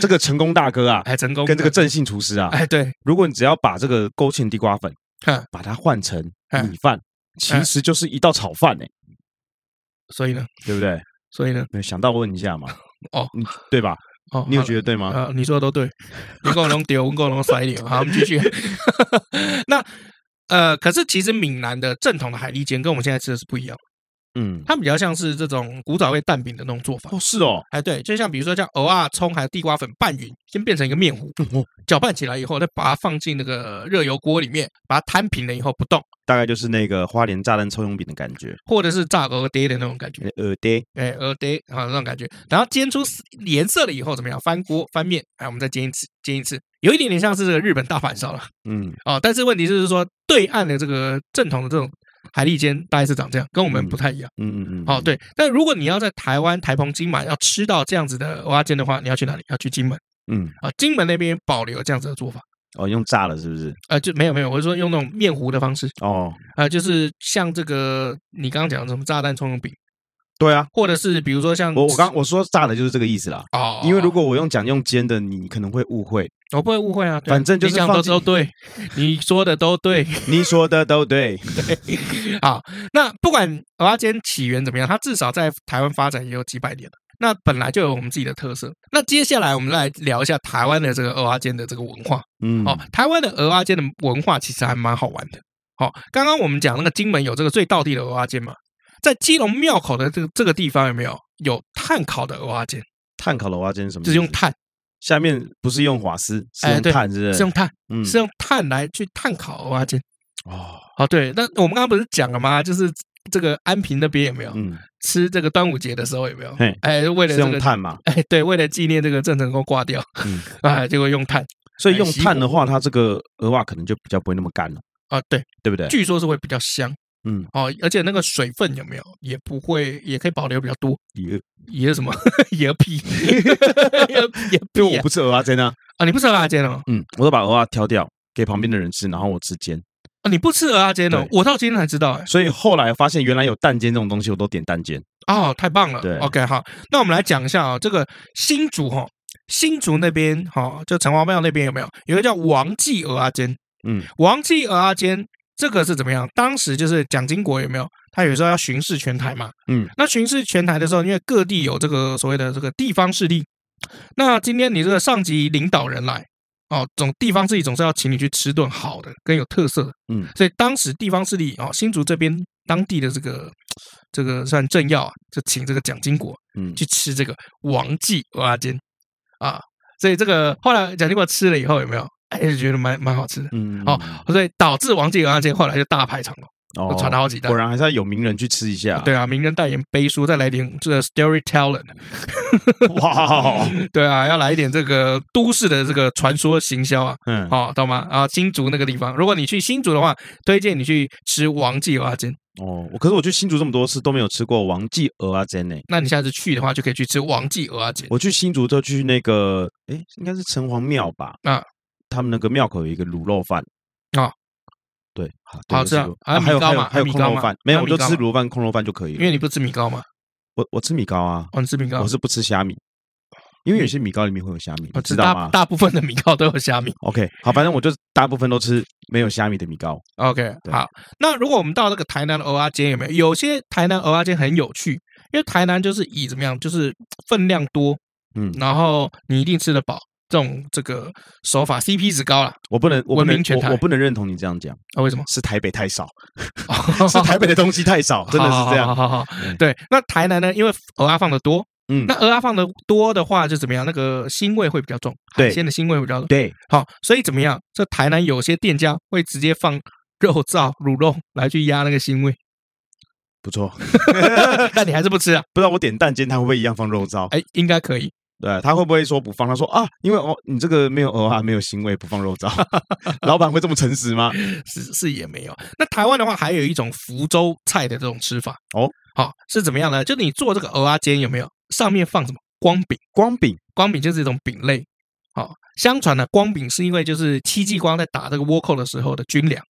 C: 这个成功大哥啊，
B: 哎，成功
C: 跟这个郑姓厨师啊，
B: 哎，对，
C: 如果你只要把这个勾芡地瓜粉
B: 哼，
C: 把它换成
B: 哼
C: 米饭，其实就是一道炒饭哎，
B: 所以呢，
C: 对不对？
B: 所以呢，
C: 没有想到问一下嘛，
B: 哦
C: 你，对吧？
B: 哦，
C: 你有
B: 好
C: 觉得对吗？
B: 啊，你说的都对，你够能丢，我够能塞牛。好，我们继续。 *laughs* 那呃，可是其实闽南的正统的海蛎煎跟我们现在吃的是不一样的，
C: 嗯，
B: 它比较像是这种古早味蛋饼的那种做法
C: 哦，。是哦，
B: 哎，对，就像比如说像偶啊、葱还有地瓜粉拌匀，先变成一个面糊，搅拌起来以后，再把它放进那个热油锅里面，把它摊平了以后不动，
C: 大概就是那个花莲炸弹葱油饼的感觉，
B: 或者是炸鹅爹的那种感觉。
C: 呃，对，
B: 哎，鹅得啊那种感觉。然后煎出丝颜色了以后怎么样？翻锅翻面，哎，我们再煎一次，煎一次，有一点点像是这个日本大阪烧了
C: 嗯，
B: 哦。但是问题就是说，对岸的这个正统的这种海蛎煎大概是长这样，跟我们不太一样。
C: 嗯嗯嗯，
B: 哦，，对。但如果你要在台湾台澎金马要吃到这样子的蚵仔煎的话，你要去哪里？要去金门
C: 嗯，
B: 啊、金门那边保留这样子的做法。
C: 哦，用炸了是不是？
B: 呃，就没有没有，我是说用那种面糊的方式
C: 哦，
B: 啊、就是像这个你刚刚讲的什么炸弹葱油饼，
C: 对啊，
B: 或者是比如说像
C: 我我刚我说炸的就是这个意思啦。
B: 哦，
C: 因为如果我用讲用煎的，你可能会误会。
B: *laughs* 我不会误会啊，对啊
C: 反正就是
B: 你讲
C: 放
B: 的
C: 进
B: 都对，你说的都对
C: 你说的都对，
B: 好，那不管蚵仔煎起源怎么样，它至少在台湾发展也有几百年了。那本来就有我们自己的特色。那接下来我们来聊一下台湾的这个蚵仔煎的这个文化。
C: 嗯，
B: 哦，台湾的蚵仔煎的文化其实还蛮好玩的。哦，刚刚我们讲那个金门有这个最道地的蚵仔煎嘛，在基隆庙口的这个这个地方有没有有炭烤的蚵仔煎？
C: 碳烤楼啊，这是什么意思？
B: 就是用炭，
C: 下面不是用瓦斯，是
B: 哎
C: 用
B: 对
C: 碳，是不是？
B: 是用炭，
C: 嗯
B: 是用炭来去炭烤蚵仔煎。
C: 哦，
B: 哦，对，那我们刚刚不是讲了吗？就是这个安平那边有没有、
C: 嗯，
B: 吃这个端午节的时候有没有
C: 嘿？
B: 哎，为了
C: 是
B: 这
C: 用
B: 个，
C: 碳嘛？
B: 哎，对，为了纪念这个郑成功挂掉， *laughs*
C: 嗯，
B: 啊，结果用炭
C: 所以用
B: 哎西
C: 碳的话，它这个鹅袜可能就比较不会那么干了，
B: 啊，对，
C: 对不对？
B: 据说是会比较香
C: 嗯，
B: 哦，而且那个水分有没有也不会，也可以保留比较多。
C: 也
B: 野什么 *laughs* 野
C: *laughs*
B: 屁，野野
C: 因
B: 屁
C: 为我
B: 啊
C: 不吃鹅啊煎啊，
B: 啊！你不吃蚵仔煎哦？
C: 嗯，我都把鹅啊挑掉给旁边的人吃，然后我吃煎。
B: 啊，你不吃蚵仔煎哦？
C: 对
B: 我到今天才知道哎。
C: 所以后来发现原来有蛋煎这种东西，我都点蛋煎。
B: 哦，太棒了。
C: 对
B: OK，好，那我们来讲一下啊、这个新竹哈、新竹那边哈、就城隍庙那边有没有有个叫王记鹅阿煎？
C: 嗯，
B: 王记鹅阿煎这个是怎么样？当时就是蒋经国有没有？他有时候要巡视全台嘛。
C: 嗯，
B: 那巡视全台的时候，因为各地有这个所谓的这个地方势力，那今天你这个上级领导人来。哦，总地方势力总是要请你去吃顿好的、跟有特色的，
C: 嗯，
B: 所以当时地方势力哦，新竹这边当地的这个这个算政要啊，就请这个蒋经国
C: 嗯，
B: 去吃这个王记蚵仔煎啊，所以这个后来蒋经国吃了以后有没有？哎，就觉得蛮蛮好吃的，
C: 嗯，
B: 哦，所以导致王记蚵仔煎后来就大排长龙。
C: 哦
B: 传了好几代
C: 果。然还是要有名人去吃一下。
B: 对，啊，名人代言背书，再来点这个 storytelling，
C: *laughs*
B: 啊
C: 哇，
B: 对啊，要来一点这个都市的这个传说行销啊， *laughs*
C: 嗯，
B: 哦，懂吗？啊，新竹那个地方，如果你去新竹的话，推荐你去吃王记蚵仔煎。
C: 哦，我可是我去新竹这么多次都没有吃过王记鹅啊煎呢。
B: 那你下次去的话，就可以去吃王记蚵仔煎。
C: 我去新竹就去那个，诶，应该是城隍庙吧？
B: 啊，
C: 他们那个庙口有一个卤肉饭
B: 啊，
C: 对，好
B: 好吃啊还有
C: 还有
B: 米糕
C: 还有
B: 吗
C: 还有
B: 还有米
C: 空
B: 糕
C: 肉
B: 吗
C: 饭，没有
B: 还有
C: 我就
B: 米糕
C: 吃
B: 吗
C: 卤肉饭、空肉饭就可以
B: 因
C: 了。
B: 为你不吃米糕吗？
C: 我我吃米糕啊，
B: 哦，你吃米糕
C: 我，是不吃虾米，因为有些米糕里面会有虾米，
B: 我
C: 你知道
B: 哦大
C: 吗
B: 大部分的米糕都有虾米。
C: ？OK，好，反正我就大部分都吃没有虾米的米糕。
B: OK，
C: 对
B: 好。那如果我们到那个台南的蚵仔煎有没有？有些台南蚵仔煎很有趣，因为台南就是以怎么样，就是分量多，
C: 嗯，
B: 然后你一定吃得饱，这种这个手法 CP 值高啦。
C: 我不能，我不
B: 文
C: 能
B: 明全，台
C: 我我不能认同你这样讲，
B: 啊，为什么？ *laughs*
C: 是台北太少，是台北的东西太少，
B: *laughs*
C: 真的是这
B: 哦好
C: 样。
B: 好好好
C: 嗯
B: 对，那台南呢，因为蚵仔放的多，
C: 嗯
B: 那，蚵仔放的多的话，就怎么样？那个腥味会比较重，
C: 对
B: 海鲜的腥味会比较重。
C: 对，
B: 好，所以怎么样？这台南有些店家会直接放肉燥、卤肉来去压那个腥味， *laughs*
C: 不错。
B: 但你还是不吃啊？
C: 不知道我点蛋煎，他会不会一样放肉燥？
B: 哎，应该可以。
C: 对，他会不会说不放？他说啊，因为哦，你这个没有鹅啊，没有腥味，不放
B: *laughs*
C: 肉燥。老板会这么诚实吗？
B: 是是也没有。那台湾的话，还有一种福州菜的这种吃法
C: 哦，
B: 好、是怎么样呢？就你做这个蚵仔煎有没有上面放什么光饼？
C: 光饼
B: 光饼就是一种饼类。好、相传呢，光饼是因为就是戚继光在打这个倭寇的时候的军粮，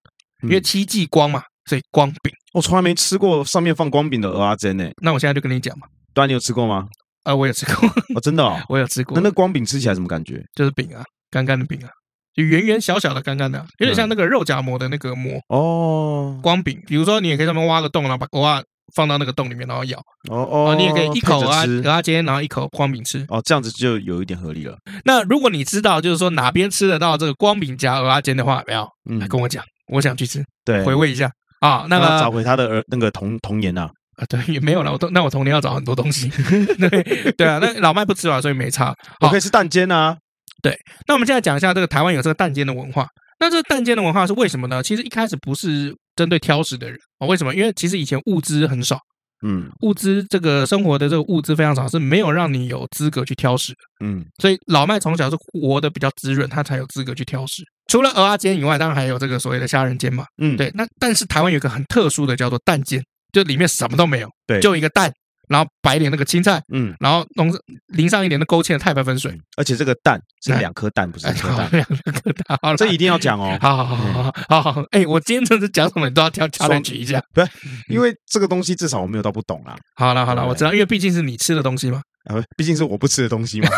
B: 因为
C: 嗯
B: 戚继光嘛，所以光饼。
C: 我从来没吃过上面放光饼的鹅啊煎呢。
B: 那我现在就跟你讲嘛，
C: 对啊，你有吃过吗？
B: 啊，我有吃过， *laughs*
C: 哦，真的哦。
B: 我有吃过
C: 那，那光饼吃起来什么感觉？
B: 就是饼啊，干干的饼啊，就圆圆小小的干干的啊，有
C: 嗯
B: 点像那个肉夹馍的那个馍
C: 哦
B: 光饼。比如说，你也可以上面挖个洞，然后把蚵仔放到那个洞里面，然后咬。
C: 哦
B: 哦，
C: 哦，
B: 你也可以一口
C: 配着
B: 啊
C: 吃
B: 蚵仔煎，然后一口光饼吃。
C: 哦，这样子就有一点合理了。
B: 那如果你知道就是说哪边吃得到这个光饼夹蚵仔煎的话，有没有
C: 嗯
B: 来，哎跟我讲，我想去吃，
C: 对，
B: 回味一下啊。那
C: 让他找
B: 个
C: 回他的儿那个童童颜啊。
B: 啊，对，也没有了。我都那我童年要找很多东西， *laughs* 对对啊。那老麦不吃啊，所以没差。
C: 我
B: 好
C: 可以吃蛋煎啊。
B: 那我们现在讲一下这个台湾有这个蛋煎的文化。那这个蛋煎的文化是为什么呢？其实一开始不是针对挑食的人啊、哦，为什么？因为其实以前物资很少，
C: 嗯
B: 物资这个生活的这个物资非常少，是没有让你有资格去挑食的。
C: 嗯，
B: 所以老麦从小是活得比较滋润，他才有资格去挑食。除了蚵仔煎以外，当然还有这个所谓的虾仁煎嘛。
C: 嗯，
B: 对，那但是台湾有一个很特殊的叫做蛋煎，就里面什么都没有，
C: 对
B: 就一个蛋，然后摆点那个青菜，
C: 嗯，
B: 然后弄淋上一点的勾芡的太白粉水，
C: 而且这个蛋是
B: 哎
C: 两颗蛋，不是
B: 哎，
C: 一颗
B: 好
C: 蛋，
B: 两个蛋，好了
C: 这一定要讲
B: *laughs*
C: 哦。
B: 好好好好好好好，哎，我今天真是讲什么你都要挑挑
C: 双
B: 来举一下。
C: 因为这个东西至少我没有到不懂啦，
B: 好了好了，
C: 对
B: 我知道，因为毕竟是你吃的东西嘛。
C: 呃，毕竟是我不吃的东西嘛。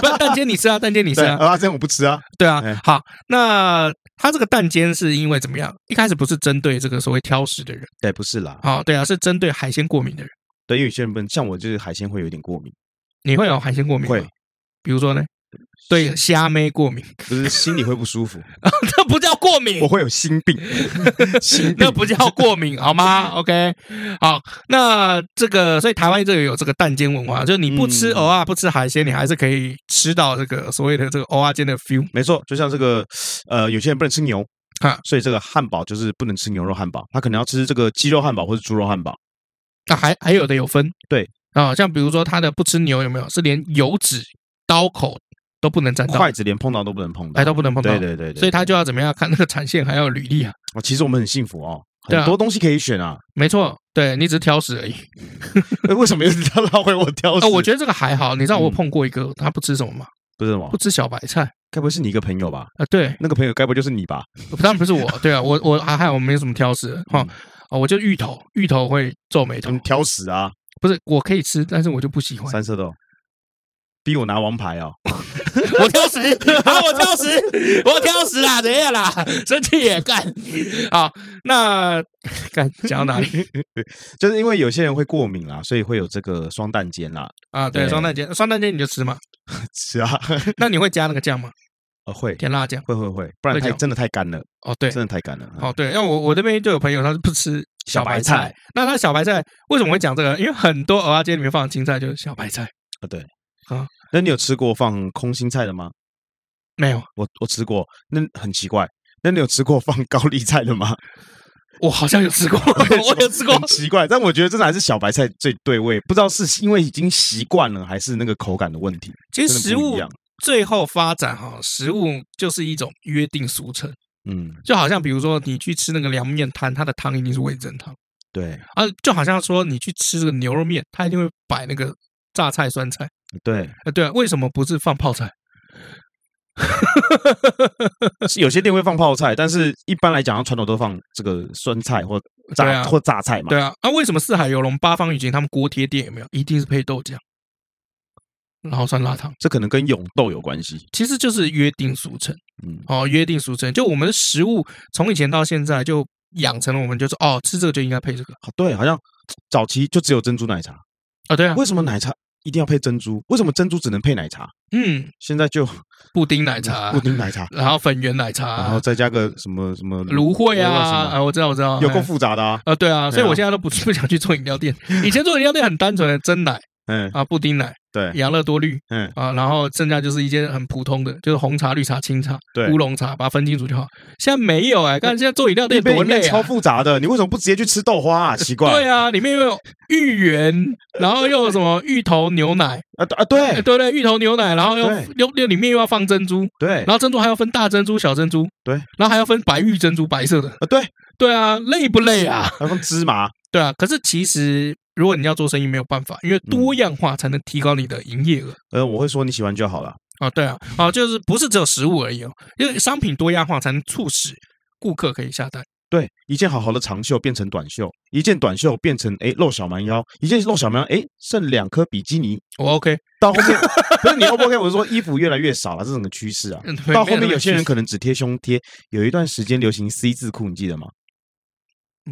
B: 不，蛋煎你吃啊，蛋 *laughs* 煎你吃
C: 对，
B: 啊，
C: 蚵仔煎我不吃啊。
B: 对啊
C: 哎，
B: 好，那他这个蛋煎是因为怎么样？一开始不是针对这个所谓挑食的人，
C: 对，不是啦。
B: 啊、对啊，是针对海鲜过敏的人。
C: 对，因为有些人不能，像我就是海鲜会有点过敏，
B: 你会有海鲜过敏吗？
C: 会，
B: 比如说呢，对虾妹过敏，
C: 不是心里会不舒服，
B: 那不叫过敏
C: 我，会有心病， *laughs* 心病
B: *laughs* 那不叫过敏，好吗？OK，好，那这个，所以台湾这里有这个蛋煎文化，就是你不吃
C: 嗯
B: 偶尔不吃海鲜，你还是可以吃到这个所谓的这个偶尔煎的 feel。
C: 没错，就像这个，呃，有些人不能吃牛
B: 啊，
C: 所以这个汉堡就是不能吃牛肉汉堡，他可能要吃这个鸡肉汉堡或者猪肉汉堡。
B: 那啊还还有的有分，
C: 对
B: 啊、像比如说他的不吃牛有没有？是连油脂、刀口都不能沾到，
C: 筷子连碰到都不能碰到
B: 哎，，都不能碰到。
C: 对对对对，
B: 所以他就要怎么样看那个产线，还要有履历啊。
C: 哦，其实我们很幸福哦，
B: 对啊
C: 很多东西可以选
B: *laughs*
C: 啊，
B: 没错，对你只是挑食而已。
C: 呃为什么又是他拉回我挑食？
B: 啊，我觉得这个还好。你知道我
C: 嗯
B: 碰过一个，他不吃什么吗？
C: 不是什么
B: 不，吃小白菜
C: 该不会是你一个朋友吧？
B: 啊。对，
C: 那个朋友该不会就是你吧？
B: 当然不
C: *laughs*
B: 是我。对啊，我我还还好，我没什么挑食
C: 嗯
B: 哈。啊，我就芋头，芋头会皱眉头
C: 你。挑食啊，
B: 不是，我可以吃，但是我就不喜欢。
C: 三色豆，逼我拿王牌哦。
B: *laughs*
C: *laughs*
B: 我挑食，啊，我挑食，我挑食啦，怎样啦？生气也干。好，那干讲到哪里
C: 就是因为有些人会过敏啦，所以会有这个双蛋煎啦。 *laughs*
B: 啊？对，
C: 对
B: 双蛋煎，双蛋煎你就吃嘛。
C: 是啊， *laughs*
B: 那你会加那个酱吗？
C: 呃，会
B: 甜辣酱？
C: 会会会，不然
B: 会
C: 太
B: 有
C: 真的太干了，
B: 哦，对
C: 真，的太干了。嗯
B: 哦，对，因为我我这边就有朋友，他是不吃
C: 小白菜。
B: 那他小白菜为什么会讲这个？因为很多蚵仔煎里面放的青菜就是小白菜，
C: 啊，对
B: 啊。
C: 那你有吃过放空心菜的吗？
B: 没有
C: 我我吃过，那很奇怪。那你有吃过放高丽菜的吗？
B: 我好像有吃过， *laughs* 我有吃过
C: 很。奇怪，但我觉得真的还是小白菜最对味，不知道是因为已经习惯了，还是那个口感的问题。
B: 其实
C: 真
B: 食
C: 的不一
B: 物
C: 样
B: 最后发展哈，食物就是一种约定俗成，
C: 嗯，
B: 就好像比如说你去吃那个凉面摊，它的汤一定是味噌汤
C: 对
B: 啊，就好像说你去吃这个牛肉面，它一定会摆那个榨菜、酸菜。 *laughs*
C: 对，
B: 啊，对啊，为什么不是放泡菜？
C: 是有些店会放泡菜，但是一般来讲，它传统都放这个酸菜或榨、
B: 对啊
C: 或榨菜嘛。
B: 对啊，啊，为什么四海游龙、八方雨晴他们锅贴店有没有一定是配豆浆，然后酸辣汤？
C: 这可能跟永豆有关系。
B: 其实就是约定俗成。
C: 嗯，
B: 哦，约定俗成，就我们的食物从以前到现在就养成了我们就是哦，吃这个就应该配这个
C: 好对，好像早期就只有珍珠奶茶，
B: 啊，对啊，
C: 为什么奶茶一定要配珍珠？为什么珍珠只能配奶茶？
B: 嗯，
C: 现在就
B: 布丁
C: *laughs*
B: 奶茶
C: 嗯
B: 啊
C: 布，丁奶茶，
B: 然后粉圆奶茶，
C: 然后再加个什么什么
B: 芦荟啊，啊，
C: 什
B: 我知道，我知道，
C: 么有够
B: 哎
C: 复杂的啊。
B: 啊，对啊，所以
C: 对啊
B: 我现在都不不想去做饮料
C: *laughs*
B: 店，以前做饮料店很单纯的真奶
C: 嗯，
B: 啊，布丁奶、
C: 对，
B: 养乐多绿
C: 嗯，
B: 啊，然后剩下就是一些很普通的，就是红茶、绿茶、清茶、
C: 对
B: 乌龙茶，把它分清楚就好。现在没有哎，看现在做饮料
C: 那
B: 店多
C: 里面
B: 累
C: 超
B: 啊。
C: 复杂的，你为什么不直接去吃豆花啊？奇怪。
B: 对啊，里面又有芋圆，然后又有什么芋头牛奶，
C: 啊啊，
B: 哎
C: 对
B: 对对，芋头牛奶，然后又
C: 对
B: 又又里面又要放珍珠，
C: 对
B: 然后珍珠还要分大珍珠、小珍珠，
C: 对，
B: 然后还要分白玉珍珠、白色的，
C: 啊对，
B: 对啊，累不累啊？
C: 还放芝麻，
B: 对啊，可是其实如果你要做生意没有办法，
C: 嗯
B: 因为多样化才能提高你的营业额。
C: 呃，我会说你喜欢就好了。
B: 啊，对啊，啊，就是不是只有食物而已哦，因为商品多样化才能促使顾客可以下单。
C: 对，一件好好的长袖变成短袖，一件短袖变成哎露小蛮腰，一件露小蛮腰哎剩两颗比基尼，
B: 我 OK， *laughs*
C: 到后面 *laughs* 不是你 O 不 OK？我是说衣服越来越少了，这整个趋势啊。
B: 嗯
C: 到后面有些人可能只贴胸贴，有一段时间流行 C 字裤，你记得吗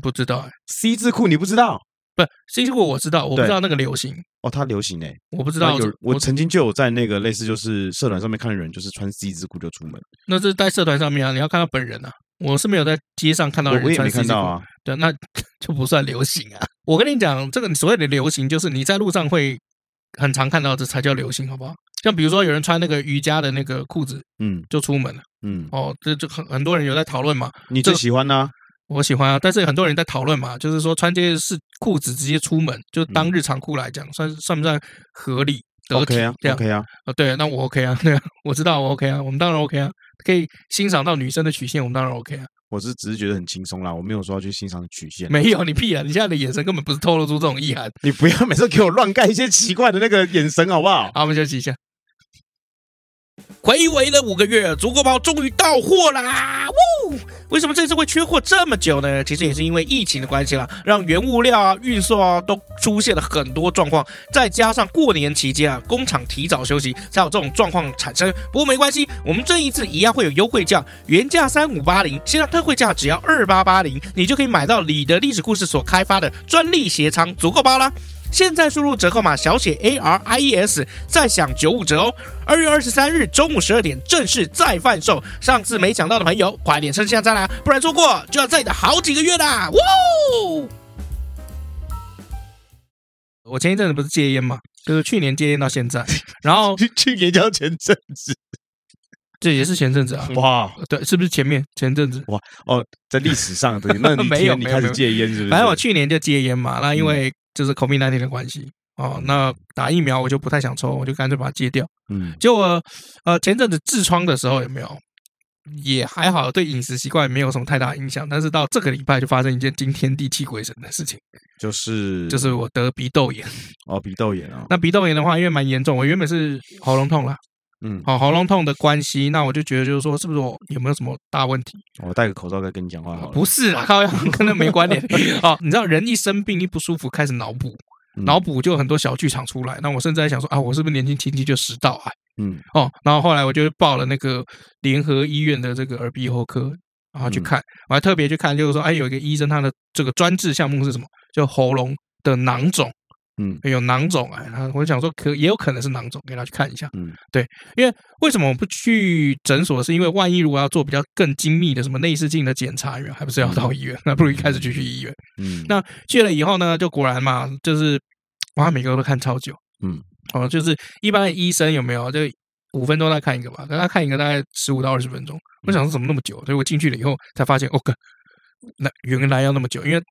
B: 不知道哎，
C: ？C 字裤你不知道
B: 不，新货我知道，我不
C: 对
B: 知道那个流行，
C: 哦，它流行哎、
B: 我不知
C: 知
B: 道
C: 有我
B: 我
C: 曾经就有在那个类似就是社团上面看有人就是穿 C 字裤就出门，
B: 那是在社团上面啊，你要看到本人啊。我是没有在街上看到
C: 我我
B: 人
C: 也
B: 穿
C: 没
B: C
C: 看
B: 字裤
C: 到，啊。
B: 对，那 *laughs* 就不算流行啊。我跟你讲，这个所谓的流行，就是你在路上会很常看到，这才叫流行，好不好？像比如说有人穿那个瑜伽的那个裤子
C: 嗯
B: 就出门了，
C: 嗯，
B: 哦，这就很很多人有在讨论嘛，
C: 你
B: 这
C: 最
B: 个
C: 喜欢呢、
B: 我喜欢啊，但是很多人在讨论嘛，就是说穿这些是裤子直接出门，就当日常裤来讲，算算不算合理得
C: o
B: 体
C: k 啊
B: 这
C: 嗯
B: 样
C: ，OK 啊，
B: 啊，对，那我 OK 啊， *laughs* 对啊，我知道我 OK 啊，我们当然 OK 啊，可以欣赏到女生的曲线，我们当然 OK 啊。 *laughs*
C: 我是只是觉得很轻松啦，我没有说要去欣赏曲线。
B: 没有你屁啊，你现在的眼神根本不是透露出这种意涵。
C: 你不要每次给我乱盖一些奇怪的那个眼神，好不好？
B: 好，我们休息一下。回违了五个月，足够包终于到货啦！呜，为什么这次会缺货这么久呢？其实也是因为疫情的关系啦，让原物料啊、运送啊都出现了很多状况，再加上过年期间啊，工厂提早休息，才有这种状况产生。不过没关系，我们这一次一样会有优惠价，原价三五八零，现在特惠价只要二八八零，你就可以买到李的历史故事所开发的专利鞋仓足够包啦。现在输入折扣码小写 A R I E S，再享九五折哦。二月二十三日中午十二点正式再贩售，上次没抢到的朋友，快点趁现在啦，不然错过就要再等好几个月啦！哇哦！我前一阵子不是戒烟嘛，就是去年戒烟到 *laughs* 现在，然后
C: 去去年交前阵
B: *laughs*
C: 子，
B: 这也是前阵子啊，
C: 哇
B: 对，是不是前面前阵子？
C: 哦，在历史上的那你
B: *laughs* 没有
C: 天你
B: 没有
C: 开
B: 没
C: 始
B: 有
C: 戒烟是不是？
B: 反正我去年就戒烟嘛，那因为就是 COVID 19的关系哦，那打疫苗我就不太想抽，我就干脆把它戒掉。
C: 嗯
B: 就我呃前阵子痔疮的时候有没有？也还好，对饮食习惯没有什么太大影响。但是到这个礼拜就发生一件惊天地泣鬼神的事情，
C: 就是
B: 就是我得鼻窦炎。
C: 哦鼻窦炎啊，
B: 那鼻窦炎的话，因为蛮严重，我原本是喉咙痛啦，
C: 嗯，
B: 哦，喉咙痛的关系，那我就觉得就是说，是不是我有没有什么大问题？
C: 我戴个口罩再跟你讲话好了。
B: 不是啊，靠，跟那没关联哦。你知道，人一生病一不舒服，开始脑补，
C: 嗯
B: 脑补就有很多小剧场出来。那我甚至还想说啊，我是不是年轻轻轻就食道癌？
C: 嗯
B: 哦，然后后来我就报了那个联合医院的这个耳鼻喉科，然后去
C: 嗯
B: 看，我还特别去看，就是说，哎，有一个医生他的这个专治项目是什么？就喉咙的囊肿，哎
C: 嗯
B: 有囊肿癌，然后我就想说可也有可能是囊肿，给他去看一下。
C: 嗯，
B: 对，因为为什么我不去诊所？是因为万一如果要做比较更精密的什么内视镜的检查，还不是要到医院？ *laughs* 那不如一开始就去医院。
C: 嗯，
B: 那去了以后呢，就果然嘛，就是哇，每个都看超久，
C: 嗯，
B: 哦，就是一般的医生有没有就五分钟再看一个吧，但他看一个大概十五到二十分钟，我想说怎么那么久，所以我进去了以后才发现，哦，干那原来要那么久，因为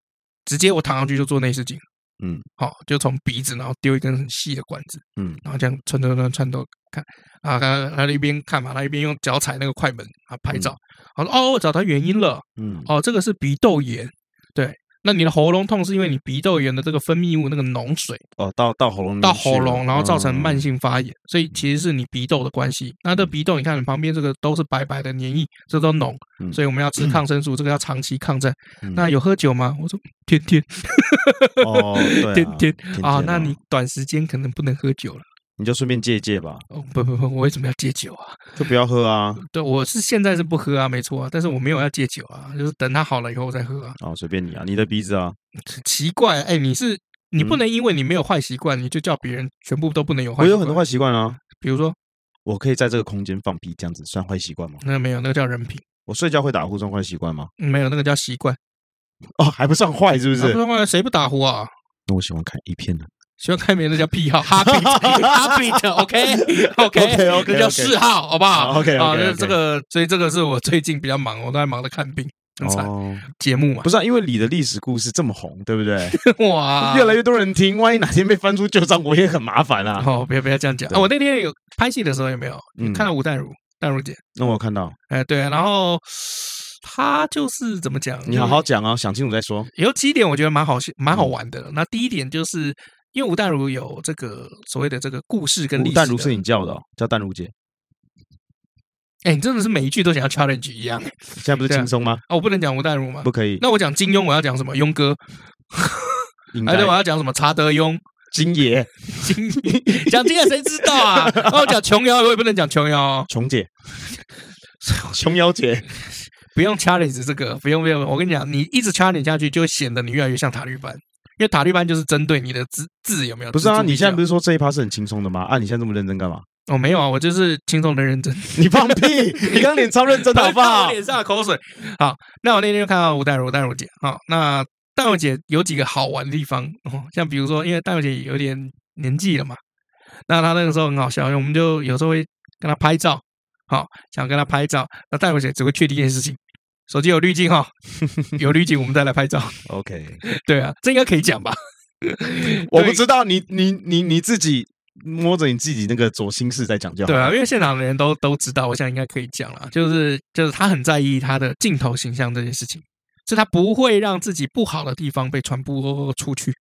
B: 直接我躺上去就做内视镜，
C: 嗯，
B: 好、就从鼻子然后丢一根很细的管子，
C: 嗯
B: 然后这样穿穿穿穿到看啊，他他一边看嘛，他一边用脚踩那个快门啊拍照，他说哦，我找到原因了，
C: 嗯
B: 哦，这个是鼻窦炎，对。那你的喉咙痛是因为你鼻窦炎的这个分泌物那个脓水
C: 哦，到到喉咙里面
B: 到
C: 去了
B: 喉咙，然后造成慢
C: 嗯
B: 性发炎，所以其实是你鼻窦的关系。那这鼻窦，你看你旁边这个都是白白的黏液，这都脓，
C: 嗯
B: 所以我们要吃抗生素，这个要长期抗战。
C: 嗯
B: 那有喝酒吗？我说天天
C: 哦，
B: *laughs*
C: 对啊
B: 天天啊，
C: 天
B: 那你短时间可能不能喝酒了。
C: 你就顺便戒一戒吧，
B: 哦，不不不，我为什么要戒酒啊？
C: 就不要喝啊，
B: 对，我是现在是不喝啊，没错啊，但是我没有要戒酒啊，就是等它好了以后我再喝啊。
C: 哦，随便你啊，你的鼻子啊，
B: 奇怪，哎，你是你不
C: 嗯
B: 能因为你没有坏习惯，你就叫别人全部都不能有坏。
C: 我有很多坏，习惯啊，
B: 比如说
C: 我可以在这个空间放屁，这样子算坏习惯吗？
B: 那没有，那个叫人品，
C: 我睡觉会打呼算坏习惯吗？
B: 没有那个叫习惯。
C: 哦，还不算坏是不
B: 啊
C: 是
B: 不？然话谁不打呼啊？
C: 那我喜欢看 A 片呢。
B: 喜欢看别人那叫癖好，habit，habit，OK，OK，
C: *laughs* OK，OK，OK
B: *laughs* 那叫嗜好，好不好
C: 好，OK，OK，
B: 啊，
C: OK
B: 那这个，所以这个是我最近比较忙，我都在忙着看病，很惨。
C: 哦，
B: 节目嘛
C: 不，是啊，因为你的历史故事这么红，对不对？
B: 哇，
C: 越来越多人听，万一哪天被翻出旧账，我也很麻烦啊。
B: 哦，不要不要这样讲。
C: 对
B: 啊我那天有拍戏的时候有没有
C: 嗯
B: 看到吴淡如？淡如姐，
C: 那我有看到，
B: 哎，对，然后她就是怎么讲？
C: 你好好讲啊，想清楚再说。
B: 有几点我觉得蛮好笑、蛮
C: 嗯
B: 好玩的。那第一点就是。因为吴淡如有这个所谓的这个故事跟
C: 吴
B: 历史的，
C: 淡如是你叫的哦，叫淡如姐。
B: 哎，你真的是每一句都想要 challenge 一样
C: 现在不是
B: 对啊
C: 轻松吗？
B: 啊！我不能讲吴淡如吗
C: 不？可以，
B: 那我讲金庸，我要讲什么？庸哥，
C: 应
B: 哎，
C: 该
B: 对，我要讲什么？查德庸，
C: 金爷、
B: 金讲这个谁知道啊？那我讲琼瑶，我也不能讲琼瑶哦，
C: 琼姐、琼瑶姐。
B: 不用 challenge 这个，不用不用，我跟你讲，你一直 challenge 下去，就会显得你越来越像塔利班，因为塔利班就是针对你的字字有没有？
C: 不是啊，你现在不
B: 是
C: 是说这一趴是很轻松的吗？啊，你现在这么认真干嘛？ *laughs*
B: 哦，没有啊，我就是轻松的认真，
C: 你放屁！你刚脸超认真的 *laughs* 好不
B: *laughs* 我
C: 好？
B: 脸上的口水。好，那我那天就看到吴淡如，淡如姐，好、那淡如姐有几个好玩的地方，哦，像比如说，因为淡如姐也有点年纪了嘛，那她那个时候很好笑，我们就有时候会跟她拍照，好、想跟她拍照，那淡如姐只会确定一件事情。手机有滤镜哈、哦 *laughs* 有滤镜我们再来拍照。
C: OK，
B: 对啊，这应该可以讲吧？
C: 我不知道你你你你自己摸着你自己那个左心室在讲就好。
B: 对啊，，因为现场的人都都知道，我想应该可以讲了。就是就是他很在意他的镜头形象这件事情，是他不会让自己不好的地方被传播出去。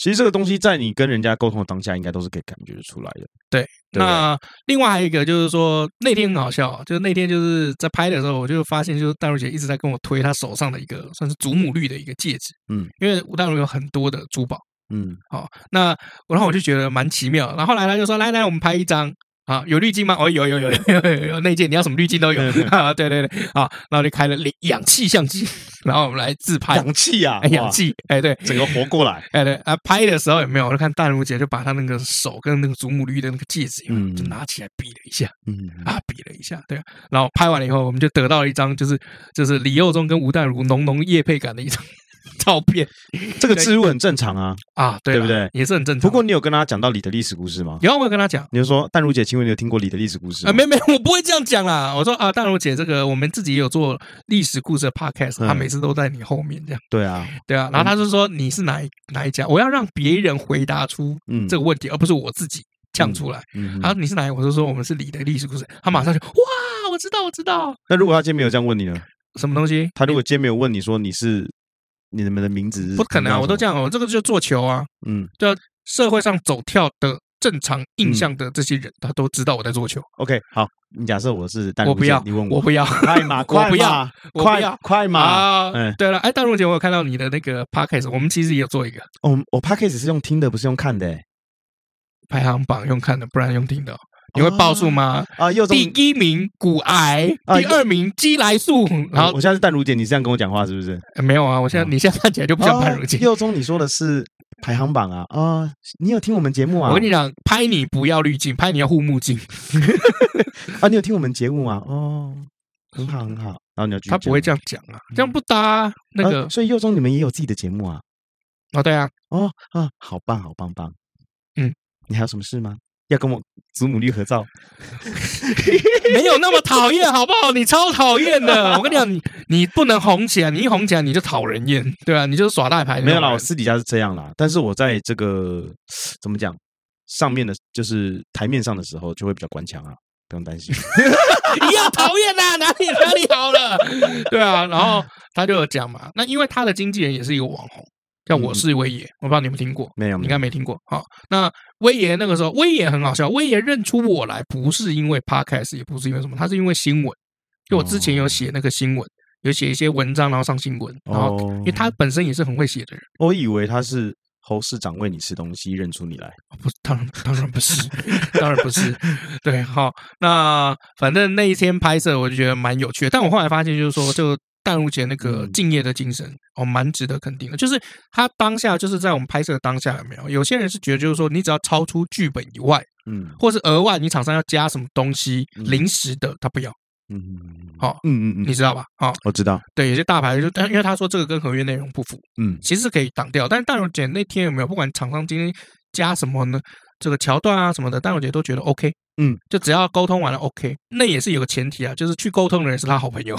C: 其实这个东西在你跟人家沟通的当下，应该都是可以感觉得出来的。
B: 对
C: 对不对啊
B: 那另外还有一个就是说，那天很好笑啊，就是那天就是在拍的时候，我就发现就是淡如姐一直在跟我推她手上的一个算是祖母绿的一个戒指，
C: 嗯，
B: 因为吴淡如有很多的珠宝。
C: 嗯，
B: 好、哦那我然后我就觉得蛮奇妙。然后后来他就说：“来来，我们拍一张啊，有滤镜吗？哦，有有有有有有有那件，你要什么滤镜都有啊。对对对，啊，然后就开了两氧气相机，然后我们来自
C: *laughs*
B: 拍
C: 氧气啊，
B: 哎氧
C: 哇，
B: 气，哎对。”
C: 整个活过
B: *laughs*
C: 来。
B: 哎对啊，拍的时候有没有？我就看淡如姐就把她那个手跟那个祖母绿的那个戒指，嗯，
C: 嗯
B: 就拿起来比了一下
C: 嗯，
B: 啊，比了一下，对啊。然后拍完了以后，我们就得到了一张，就是就是李佑忠跟吴淡如浓浓叶配感的一张 *laughs* 照片
C: 这个置入很正常啊。
B: 啊，对
C: 对不
B: 啦
C: 对
B: 也是很正常。
C: 不过你有跟他讲到你的历史故事吗？
B: 有啊我有跟她讲。
C: 你就说，淡如姐，请问你有听过你的历史故事
B: 啊，
C: 吗？
B: 没没，我不会这样讲啦。我说啊，淡如姐，这个我们自己也有做历史故事的 podcast，她
C: 嗯
B: 每次都在你后面这样，
C: 对啊，
B: 对啊。然后她就说你是哪一哪一家，我要让别人回答出
C: 嗯，
B: 这个问题，而不是我自己呛出来。
C: 嗯，
B: 啊，
C: 嗯
B: 你是哪一？我就说我们是李的历史故事，她马上就哇，我知道，我知道
C: 那如果他今天没有这样问你呢？
B: 什么东西。
C: 他如果今天没有问你说你是你们的名字，
B: 嗯不可能啊，我都这
C: 样。
B: 样，我这个就做球啊，
C: 嗯
B: 对啊，社会上走跳的正常印象的这些人，他都知道我在做球，
C: ，OK，好，你假设我是淡如姐，
B: 我不要，
C: 哎你问
B: 我不要，
C: 快嘛，快
B: *laughs* 我不要，
C: 嘛，
B: 我不要
C: 快快嘛！
B: 啊
C: 嗯，
B: 对了，哎，大如姐，我有看到你的那个 podcast，我们其实也有做一个
C: 哦，我我 p a c k a g e 是用听的，不是用看的欸
B: 排行榜，用看的，不然用听的哦。你会报数吗？
C: 啊。又
B: 第
C: 中
B: 一名骨癌，
C: 啊
B: 第二名鸡来素，然
C: 好，
B: 后
C: 我现在是淡如姐，你是这样跟我讲话是不是？
B: 哎没有啊，我现在你现在看起来就不像潘如
C: 哦
B: 姐。
C: 右中，你说的是排行榜啊啊！你有听我们节目啊？
B: 我跟你讲，拍你不要滤镜，拍你要护目镜，
C: 啊，你有听我们节目啊？哦，很好很好。然后你要继续
B: 他不会这
C: 讲
B: 样讲啊，
C: 嗯
B: 这样不搭啊那
C: 啊
B: 个
C: 所以右中你们也有自己的节目啊？
B: 哦，对啊，
C: 哦啊，好棒好棒棒。
B: 嗯，
C: 你还有什么事吗？要跟我祖母绿合照，
B: 没有那么讨厌，好不好？你超讨厌的，我跟你讲，你你不能红起来，你一红起来你就讨人厌，对啊，你就是耍大牌。
C: 没有啦，
B: 老
C: 我
B: 师，
C: 私底下是这样啦，但是我在这个 *sniffs* 怎么讲上面的，就是台面上的时候，就会比较关腔啊，不用
B: *laughs*
C: 担心。
B: 一样讨厌呐，哪里哪里好了，对啊。然后他就有讲嘛，那因为他的经纪人也是一个网红，叫我是威爷，我不知道你们听过，
C: 没有，
B: 你
C: 没
B: 应
C: 有
B: 该没听过。好，那威爷那个时候，威爷很好笑，威爷认出我来不是因为 podcast，也不是因为什么，他是因为新闻，就我之前有写那个新闻，有写一些文章，然后上新闻，然后
C: 哦
B: 因为他本身也是很会写的人。
C: 我以为他是侯市长喂你吃东西认出你来，
B: 不是，当然当然不是， *laughs* 当然不是。对，好，那反正那一天拍摄，我就觉得蛮有趣的。但我后来发现，就是说，就淡如姐那个
C: 嗯
B: 敬业的精神，哦，蛮值得肯定的。就是他当下，就是在我们拍摄的当下，有没有？有些人是觉得，就是说，你只要超出剧本以外，
C: 嗯
B: 或是额外你厂商要加什么东西
C: 嗯
B: 临时的，他不要，
C: 嗯，
B: 好
C: 嗯嗯
B: 你
C: 嗯，
B: 知道吧？哦，
C: 我知道，
B: 对，有些大牌就，但因为他说这个跟合约内容不符，
C: 嗯
B: 其实是可以挡掉。但是淡如姐那天有没有，不管厂商今天加什么呢，这个桥段啊什么的，淡如姐都觉得 OK。
C: 嗯，
B: 就只要沟通完了 OK，那也是有个前提啊，就是去沟通的人是他好朋友，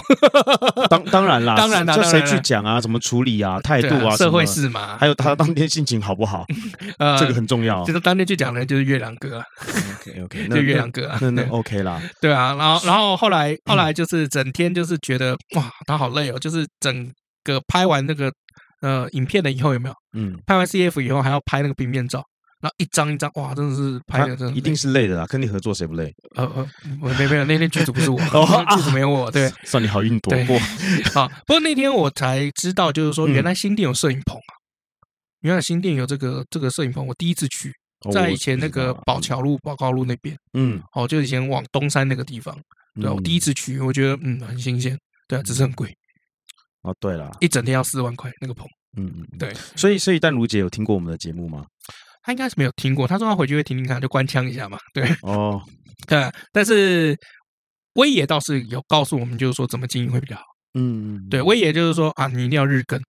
C: 当当然啦，
B: 当然啦
C: 这
B: 当
C: 谁
B: 然啦
C: 去讲啊？怎么处理啊？态
B: 对
C: 度啊？
B: 社会
C: 什么
B: 事嘛，
C: 还有他当天心情好不好，
B: *laughs* 呃，
C: 这个很重要。
B: 就是当天去讲的人就是月亮哥啊，
C: OK OK，
B: 就月亮哥啊，
C: 那那
B: 对
C: OK 啦，
B: 对啊，然后然后后来后来就是整天就是觉得哇，他好累哦，就是整个拍完那个呃影片了以后有没有
C: 嗯，
B: 拍完 CF 以后还要拍那个平面照，然后一张一张哇，真的是拍
C: 他
B: 的真的
C: 一定是累的啦，跟你合作谁不累？
B: 呃呃，我没没有，那天剧组
C: *laughs*
B: 不是我，
C: 哦
B: 剧组没
C: *laughs*
B: 有我，对
C: 算你好运躲
B: 对
C: 过。
B: 啊。不过那天我才知道，就是说
C: 嗯
B: 原来新店有摄影棚啊，原来新店有这个这个摄影棚，我第一次去，
C: 哦
B: *laughs* 在以前那个
C: 嗯
B: 宝，桥路、宝高路那边，
C: 我知道
B: 哦，就以前往东山那个地方，
C: 嗯，嗯
B: 对啊，我第一次去，我觉得嗯很新鲜，对啊，只是很贵，
C: 哦，对啦，
B: 一整天要四万块那个棚，
C: 嗯嗯，嗯
B: 对。
C: 所以所以淡如姐有听过我们的节目吗？
B: 他应该是没有听过，他说他回去会听听看，就官腔一下嘛，对。
C: 哦，
B: 对，啊但是威爷倒是有告诉我们，就是说怎么经营会比较好。
C: 嗯，嗯
B: 对，，威爷就是说啊，你一定要日更，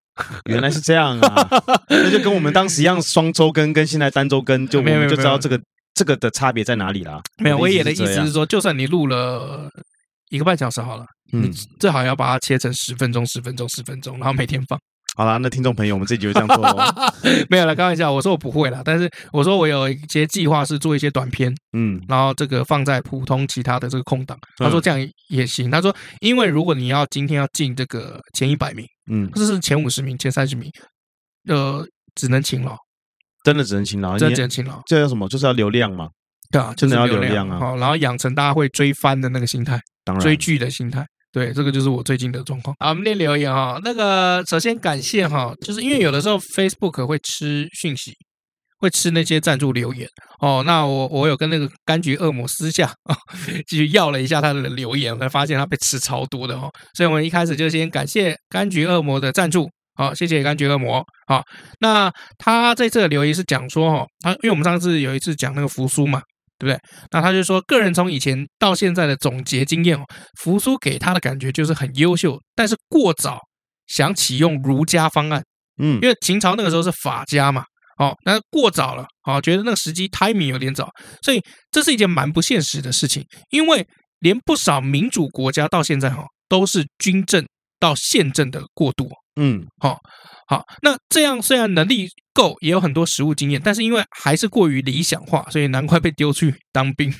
C: 原来是这样
B: *laughs*
C: 啊，那就跟我们当时一样，双周更跟现在单周更，就我
B: 没有没
C: 们
B: 有
C: 就知
B: 没有
C: 道这个这个的差别在哪里啦。
B: 没有，
C: 我
B: 威爷的意
C: 这
B: 思
C: 样
B: 是，说，就算你录了一个半小时好了，
C: 嗯，
B: 最好要把它切成十分钟、十分钟、十分钟，然后每天放。 *laughs*
C: 好啦，那听众朋友，我们这集就这样做咯
B: 没有了，开玩笑，我说我不会啦，但是我说我有一些计划是做一些短片，
C: 嗯，
B: 然后这个放在普通其他的这个空档。他说这样也行，他说因为如果你要今天要进这个前一百名，
C: 嗯，
B: 或者是前五十名、前三十名，呃，只能勤劳，
C: 真的只能勤劳，
B: 真
C: 啊你
B: 的只能勤劳，
C: 这叫什么？就是要流量嘛，
B: 对啊，就
C: 真
B: 是
C: 的要
B: 流
C: 流
B: 量
C: 量啊
B: 好，然后养成大家会追番的那个心态。
C: 当然
B: 追剧的心态。对，这个就是我最近的状况。好，我们念留言哈、那个首先感谢哈、就是因为有的时候 Facebook 会吃讯息，会吃那些赞助留言哦。那我我有跟那个柑橘恶魔私下啊、继续要了一下他的留言，才发现他被吃超多的哦。所以我们一开始就先感谢柑橘恶魔的赞助。好、谢谢柑橘恶魔。好、那他这次的留言是讲说哦，他因为我们上次有一次讲那个扶苏嘛，对不对？那他就说，个人从以前到现在的总结经验哦，扶苏给他的感觉就是很优秀，但是过早想启用儒家方案，
C: 嗯
B: 因为秦朝那个时候是法家嘛，哦，那过早了，哦，觉得那个时机 timing 有点早，所以这是一件蛮不现实的事情，因为连不少民主国家到现在哈、哦、都是军政到宪政的过渡哦、
C: 嗯
B: 好，那这样虽然能力够，也有很多实务经验，但是因为还是过于理想化，所以难怪被丢去当兵。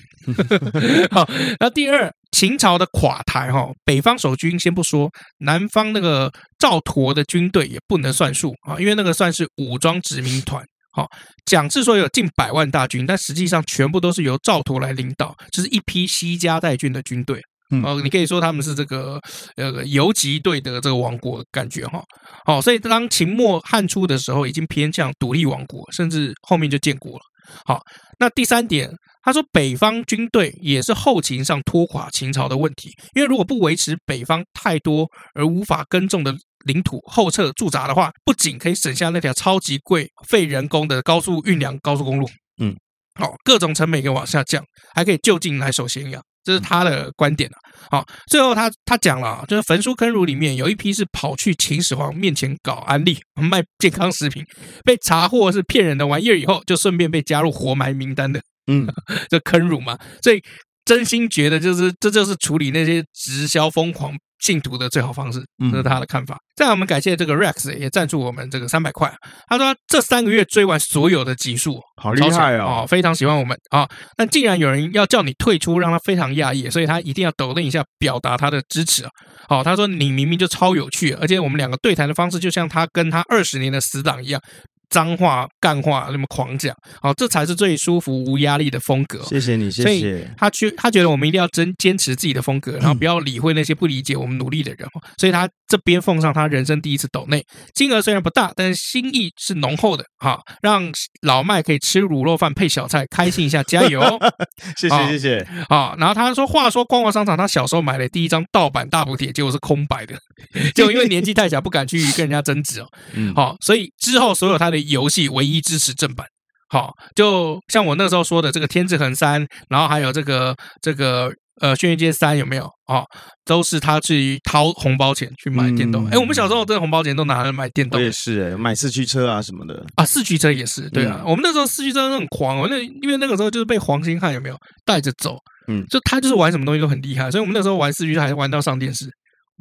B: 好，那第二，秦朝的垮台哈、北方守军先不说，南方那个赵佗的军队也不能算数啊，因为那个算是武装殖民团。好，讲是说有近百万大军，但实际上全部都是由赵佗来领导，就是一批西家带军的军队。
C: 嗯
B: 哦，你可以说他们是这个呃游击队的这个王国感觉哈、好、哦所以当秦末汉初的时候，已经偏向独立王国，甚至后面就建国了。好，那第三点，他说北方军队也是后秦上拖垮秦朝的问题，因为如果不维持北方太多而无法耕种的领土后撤驻扎的话，不仅可以省下那条超级贵、费人工的高速运粮高速公路，
C: 嗯，
B: 好、各种成本也往下降，还可以就近来守咸阳。这是他的观点啊。好、最后他他讲了啊，就是焚书坑儒里面有一批是跑去秦始皇面前搞安利，卖健康食品，被查获是骗人的玩意儿以后，就顺便被加入活埋名单的。
C: 嗯，
B: *laughs* 就坑儒嘛。所以真心觉得就是这就是处理那些直销疯狂信徒的最好方式，
C: 嗯
B: 这是他的看法。再来，我们感谢这个 Rex 也赞助我们这个三百块，他说他这三个月追完所有的集数哦，
C: 好厉害
B: 超强
C: 哦！
B: 非常喜欢我们啊。但竟然有人要叫你退出，让他非常讶异，所以他一定要抖动一下表达他的支持啊。好、他说你明明就超有趣，而且我们两个对谈的方式就像他跟他二十年的死党一样。脏话、干话那么狂讲，好、这才是最舒服、无压力的风格。
C: 谢谢你，谢
B: 所以
C: 谢。
B: 他觉他觉得我们一定要真坚持自己的风格，然后不要理会那些不理解我们努力的人哦。所以他这边奉上他人生第一次抖内，金额虽然不大，但是心意是浓厚的哈、让老麦可以吃卤肉饭配小菜，开心一下，加油
C: 谢
B: 啊
C: 谢谢谢，
B: 啊！然后他说，话说逛逛商场，他小时候买了第一张盗版大补贴，结果是空白的， *laughs* 结果因为年纪太小，不敢去跟人家争
C: *laughs*
B: 执哦。
C: 嗯，
B: 好、所以之后所有他的游戏唯一支持正版。好、就像我那时候说的，这个《天之痕三》，然后还有这个这个呃《轩辕剑三》，有没有？哦，都是他去掏红包钱去买电动。
C: 嗯
B: 哎、我们小时候这红包钱都拿来买电
C: 我
B: 动
C: 也是哎，买四驱车啊什么的，
B: 啊，四驱车也是，对啊，
C: 嗯
B: 我们那时候四驱车都很狂哦，那因为那个时候就是被黄兴汉有没有带着走，
C: 嗯
B: 就他就是玩什么东西都很厉害，所以我们那时候玩四驱车还玩到上电视，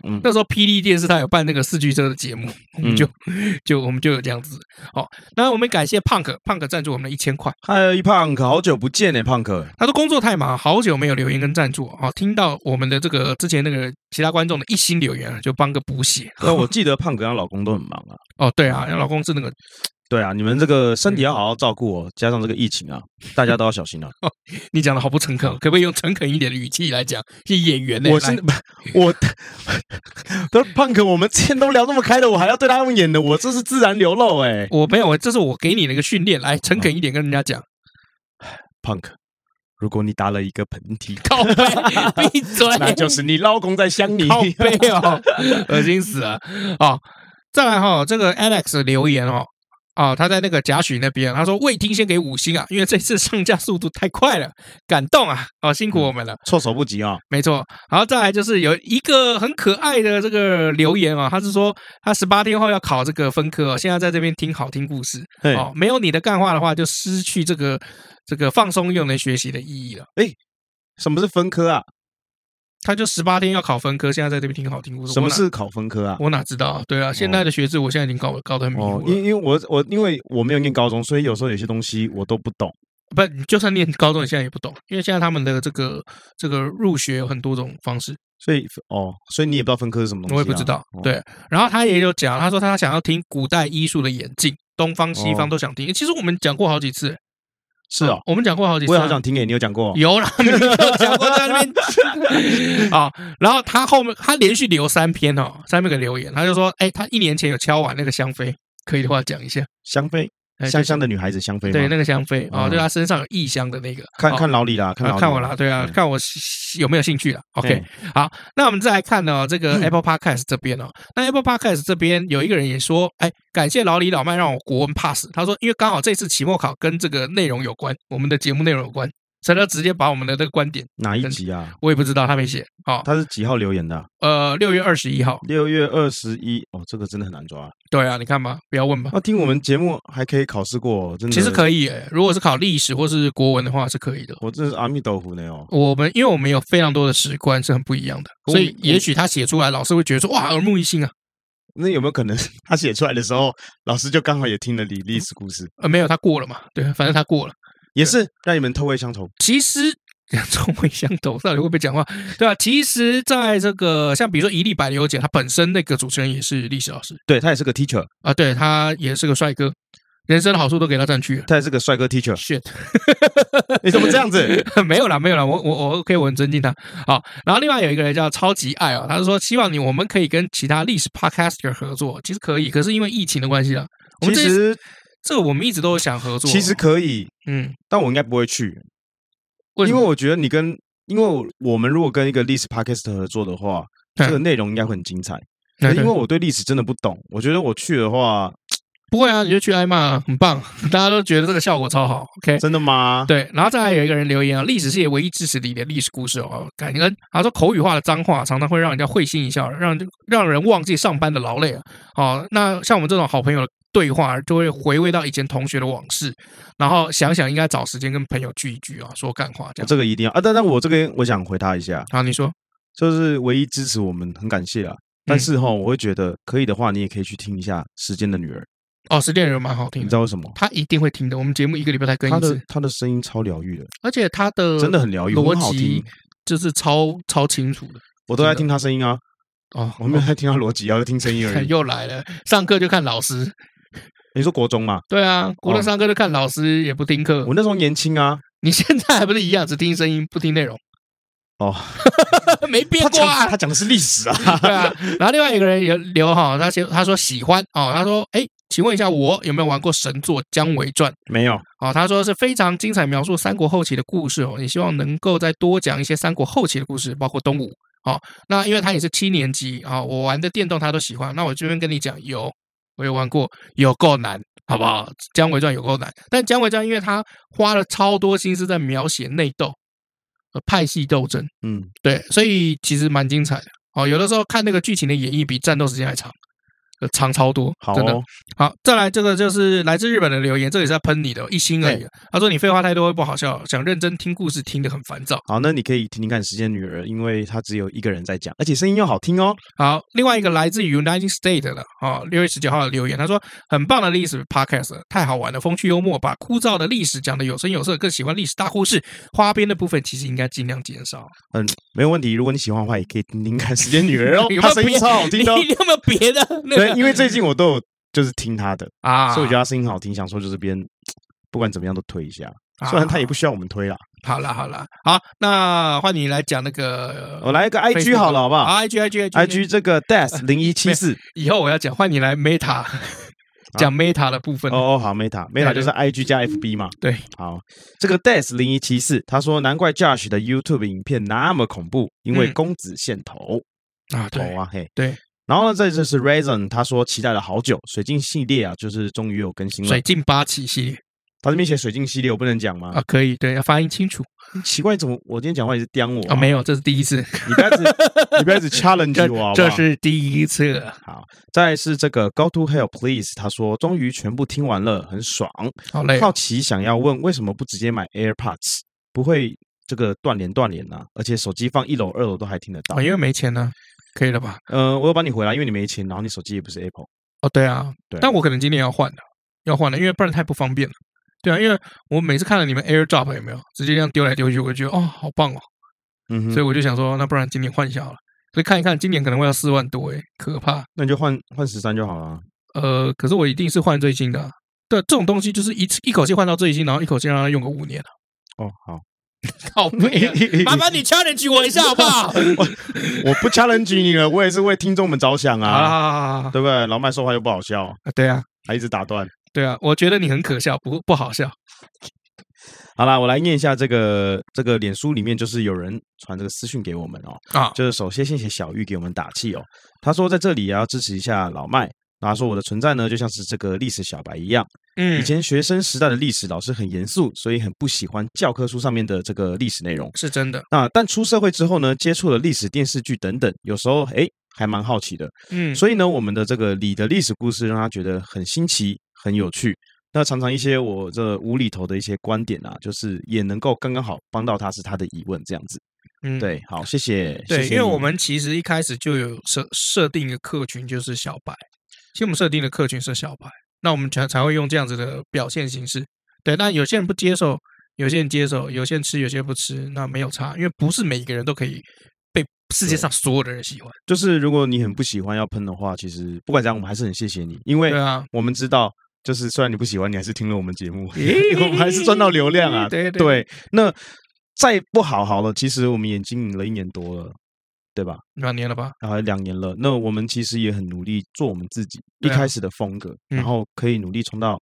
B: *laughs*
C: 嗯
B: 那时候霹雳电视台有办那个四驱车的节目，我们就、
C: 嗯
B: *laughs* 就我们就有这样子。好，那我们感谢胖哥，胖哥赞助我们的一千块。
C: 还有一胖可好久不见哎，胖可，
B: 他说工作太忙，好久没有留言跟赞助哦，听到我们的这个之前那个其他观众的一心留言，啊就帮个补血。
C: 但呃我记得胖哥她老公都很忙啊。
B: 哦，对啊，老公是那个
C: 对啊，你们这个身体要好好照顾哦，加上这个疫情啊，大家都要小心啊。
B: 你讲的好不诚恳，哦可不可以用诚恳一点的语气来讲？是演员呢、
C: 我
B: 来
C: 是 *laughs* 我，都胖哥，我们之前都聊那么开的，我还要对他用演的，我这是自然流露哎、
B: 我没有，这是我给你的一个训练，来诚恳一点跟人家讲。
C: 胖哥，如果你打了一个喷嚏，
B: *laughs* 靠背，闭嘴，
C: *laughs* 那就是你老公在想你。*laughs*
B: *laughs* 靠背哦，恶心死了哦。再来哈、哦，这个 Alex 留言哦，啊、他在那个贾许那边，他说未听先给五星啊，因为这次上架速度太快了，感动啊，哦，辛苦我们了，
C: 措手不及啊、
B: 没错。然后再来就是有一个很可爱的这个留言啊、他是说他十八天后要考这个分科、哦，现在在这边听好听故事
C: 嘿
B: 哦，没有你的干话的话，就失去这个这个放松又能学习的意义了。
C: 什么是分科啊？
B: 他就十八天要考分科，现在在这边听好听故事，
C: 什么
B: 我哪
C: 是考分科啊？
B: 我哪知道啊？对啊，现在的学制我现在已经搞搞得很迷
C: 哦
B: 糊，
C: 因
B: 了。
C: 因为我我因为我没有念高中，所以有时候有些东西我都不懂。
B: 不，你就算念高中，你现在也不懂，因为现在他们的这个这个入学有很多种方式，
C: 所以哦，所以你也不知道分科是什么东西、啊，
B: 我也不知道
C: 哦。
B: 对，然后他也有讲，他说他想要听古代医术的演进，东方西
C: 哦
B: 方都想听。其实我们讲过好几次，
C: 是哦，
B: 我们讲过好几次
C: 我
B: 啊。
C: 也好想听诶，你有讲过？哦
B: 有啦，明明就讲过在那
C: *laughs*
B: 边啊、然后他后面他连续留三篇哦，三篇个留言，他就说，哎，他一年前有敲完那个香妃，可以的话讲一下。
C: 香妃，
B: 哎
C: 香香的女孩子香妃吗？
B: 对，那个香妃啊，
C: 哦
B: 对他身上有异香的那个，
C: 看
B: 哦
C: 看老李啦，看老
B: 啊，
C: 李
B: 看我啦，对啊，
C: 嗯
B: 看我是有没有兴趣啦。OK，
C: 嗯
B: 好，那我们再来看呢、这个 Apple Podcast 这边哦，那 Apple Podcast 这边有一个人也说，哎，感谢老李老麦让我国文 pass，他说因为刚好这次期末考跟这个内容有关，我们的节目内容有关，所以他直接把我们的这个观点，
C: 哪一集啊？
B: 我也不知道他没写，好、
C: 他是几号留言的啊？
B: 呃，六月二十一号，
C: 六月二十一哦，这个真的很难抓。
B: 对啊，你看吧，不要问吧。
C: 那听我们节目还可以考试过哦，真的。
B: 其实可
C: 以，
B: 以、诶如果是考历史或是国文的话是可以的。
C: 我真的是阿弥陀佛呢哦。
B: 我们因为我们有非常多的史观是很不一样的，
C: 可我
B: 所以也许他写出来，老师会觉得说哇耳目一新啊。
C: 那有没有可能他写出来的时候，老师就刚好也听了你历史故事，
B: 呃，没有，他过了嘛，对，反正他过了。
C: 也是让你们臭味相投？
B: 其实 *laughs* 臭味相投，到底会不会讲话？对吧、其实，在这个像比如说一粒百流姐，她本身那个主持人也是历史老师
C: 对他也是个 teacher，
B: 啊，对他也是个帅哥，人生的好处都给他占去了。
C: 他也是个帅哥 teacher。
B: *laughs* shit，
C: 你怎么这样子？
B: 没有啦，没有啦，我我我 OK，我很尊敬他。好，然后另外有一个人叫超级爱啊、哦，他是说希望你我们可以跟其他历史 podcaster 合作，其实可以，可是因为疫情的关系啊， *laughs* 我
C: 其
B: 们这
C: 实
B: 这个我们一直都有想合作，
C: 其实可以，
B: 嗯，
C: 但我应该不会去，
B: 为什
C: 因为
B: 么
C: 我觉得你跟，因为我我们如果跟一个历史 podcast 合作的话，
B: 对
C: 这个内容应该会很精彩。
B: 对
C: 可
B: 对
C: 是因为我对历史真的不懂，我觉得我去的话，
B: 不会啊，你就去挨骂啊，很棒， *laughs* 大家都觉得这个效果超好。OK，
C: 真的 *laughs* 吗？
B: 对，然后再来有一个人留言
C: 嗯
B: 啊，历史系唯一支持你的历史故事哦，感恩。他说口语化的脏话常常会让人家会心一笑，让让人忘记上班的劳累啊。哦，那像我们这种好朋友对话，就会回味到以前同学的往事，然后想想应该找时间跟朋友聚一聚啊，说干话这样。
C: 这个一定要啊！但但我这边我想回他一下，
B: 好，你说，
C: 就是唯一支持我们，很感
B: 嗯
C: 谢啊。但是哈，我会觉得可以的话，你也可以去听一下《时间的女儿》，
B: 哦，十恋人蛮好
C: 你
B: 听
C: 知
B: 的，
C: 道为什么？
B: 他一定会听的。我们节目一个礼拜才更
C: 她
B: 一
C: 的
B: 次，
C: 她的声音超疗愈的，
B: 而且他的
C: 真的很疗愈，很好
B: 逻
C: 听
B: 辑。就是超超清楚的
C: 我都在听她声音啊，
B: 哦。哎
C: 我没有在听她逻辑啊，我在听声音而已。
B: *laughs* 又来了，上课就看老师，
C: 你说国中嘛？
B: 对啊，
C: 哦
B: 国中上课就看老师，也不听课
C: 我。那时候年轻啊，
B: 你 *laughs* 现在还不是一样，只听声音不听内容，
C: 哦，
B: *laughs* 没变
C: 他
B: 过
C: 讲
B: 啊。
C: 他讲的是历史啊，
B: *laughs* 对啊，然后另外一个人也留哈，他写他说喜欢哦，他说哎，请问一下我有没有玩过《神作姜维传》
C: 没有，
B: 哦，他说是非常精彩描述三国后期的故事哦，也希望能够再多讲一些三国后期的故事，包括东吴哦。那因为他也是七年级啊、哦，我玩的电动他都喜欢，那我这边跟你讲，有我有玩过，有够难。好不好？《姜维传》有够难，但《姜维传》因为他花了超多心思在描写内斗、呃派系斗争，
C: 嗯，
B: 对，所以其实蛮精彩的哦。有的时候看那个剧情的演绎比战斗时间还长，呃长超多，
C: 好
B: 真的
C: 哦。
B: 好，再来这个就是来自日本的留言，这也是在喷你的一星而已。啊他说你废话太多会不好笑，想认真听故事听得很烦躁。
C: 好，那你可以听听看《时间女儿》，因为她只有一个人在讲，而且声音又好听哦。
B: 好，另外一个来自于 United States 的哦，六月十九号的留言，他说很棒的历史 podcast，太好玩了，风趣幽默，把枯燥的历史讲得有声有色，更喜欢历史大故事。花边的部分其实应该尽量减
C: *laughs*
B: 少。
C: 嗯，没有问题。如果你喜欢的话，也可以听听看《时间女
B: *laughs*
C: 儿》哦 *laughs*
B: 有，没
C: 她
B: 有
C: 声
B: 别
C: 音超好听的哦。
B: 你有没有别的那
C: 对，
B: 个
C: 因为最近我都有就是听她的，
B: 啊？
C: 所以我觉得她声音很好听，想说就这边不管怎么样都推一下。
B: 啊
C: 虽然她也不需要我们推啦，
B: 好啦好啦，好，那换你来讲那个
C: 我来一个 IG 好了，好不好
B: 啊？I G I G I
C: ？IG 这个 death 零一七四
B: 以后我要讲，换你来
C: *laughs*
B: Meta 讲 Meta 的部分。
C: 哦哦好，Meta Meta 就是 IG 加 FB 嘛。
B: 对，
C: 好，这个 death 零一七四他说难怪 Josh 的 YouTube 影片那么恐怖，因为
B: 嗯
C: 公子线头
B: 啊，
C: 头
B: 对
C: 啊嘿。
B: 对，
C: 然后呢，这就是 Reason，他说期待了好久，水晶系列啊，就是终于有更新了
B: 水。镜八旗系列
C: 他这边写水晶系列，我不能讲吗？
B: 啊，可以，对，要发音清楚
C: 奇怪，怎么我今天讲话也是刁我
B: 啊，没有，这是第一次，
C: *laughs* 你不要一直，你不要一
B: *laughs*
C: 直 challenge 我好不好
B: 这是第一次啊
C: 好。再来是这个 Go to Hell Please，他说终于全部听完了，很爽。
B: 好嘞，
C: 好奇想要问，为什么不直接买 AirPods？不会这个断连断连啊，而且手机放一楼二楼都还听得到
B: 啊，。因为没钱呢，可以了吧？
C: 呃，我有帮你回来，因为你没钱，然后你手机也不是 Apple。
B: 哦，对啊，
C: 对
B: 但我可能今年要换了，要换了，因为不然太不方便了。对啊，因为我每次看了你们 AirDrop 有没有，直接这样丢来丢去，我就觉得哦，好棒哦，
C: 嗯哼，
B: 所
C: 所
B: 以
C: 以
B: 我就想说，那不然今年换一下好了。所以看一看，今年可能会要四万多，哎，可怕。
C: 那你就换换十三就好了。
B: 呃，可是我一定是换最新的啊、对，这种东西就是一次一口气换到最新，然后一口气让它用个五年啊。
C: 哦，好，
B: 靠背啊，麻烦你 challenge 我一下好不 *laughs* 好？
C: 我不 challenge 你了，我也是为听众们着想
B: 好啦
C: 啊，
B: 好好好好，
C: 对不对？老麦说话又不好笑，
B: 对啊，
C: 还一直打断。
B: 对啊，我觉得你很可笑，不不好笑。
C: 好啦，我来念一下这个这个脸书里面，就是有人传这个私讯给我们哦，
B: 啊
C: 就是首先谢谢小玉给我们打气哦，他说在这里也要支持一下老麦。然后说我的存在呢，就像是这个历史小白一样。以
B: 嗯，
C: 前学生时代的历史老师很严肃，所以很不喜欢教科书上面的这个历史内容。
B: 是真的，
C: 那但出社会之后呢，接触了历史电视剧等等，有时候诶还蛮好奇的。
B: 嗯，
C: 所以呢，我们的这个李的历史故事让他觉得很新奇、很有趣。那常常一些我这无厘头的一些观点啊，就是也能够刚刚好帮到他，是他的疑问这样子。
B: 以。
C: 对，好，谢谢。
B: 嗯对，
C: 谢谢
B: 因为
C: 你
B: 我们其实一开始就有设设定一个客群，就是小白。其实我们设定的客群是小白，那我们才才会用这样子的表现形式。对，但有些人不接受，有些人接受，有些人吃，有些人不吃，那没有差，因为不是每一个人都可以被世界上所有的人
C: *laughs*
B: 喜欢。
C: 就是如果你很不喜欢要喷的话，其实不管怎样，我们还是很谢谢你，因为
B: 对啊，
C: 我们知道，就是虽然你不喜欢，你还是听了我们节目， *laughs* 我们还是赚到流量啊。
B: *laughs* 对对
C: 对，那再不好好了，其实我们也经营了一年多了，对吧？
B: 两年了吧？
C: 然后两年了，那我们其实也很努力做我们自己一
B: 对啊
C: 开始的风格，
B: 嗯
C: 然后可以努力冲到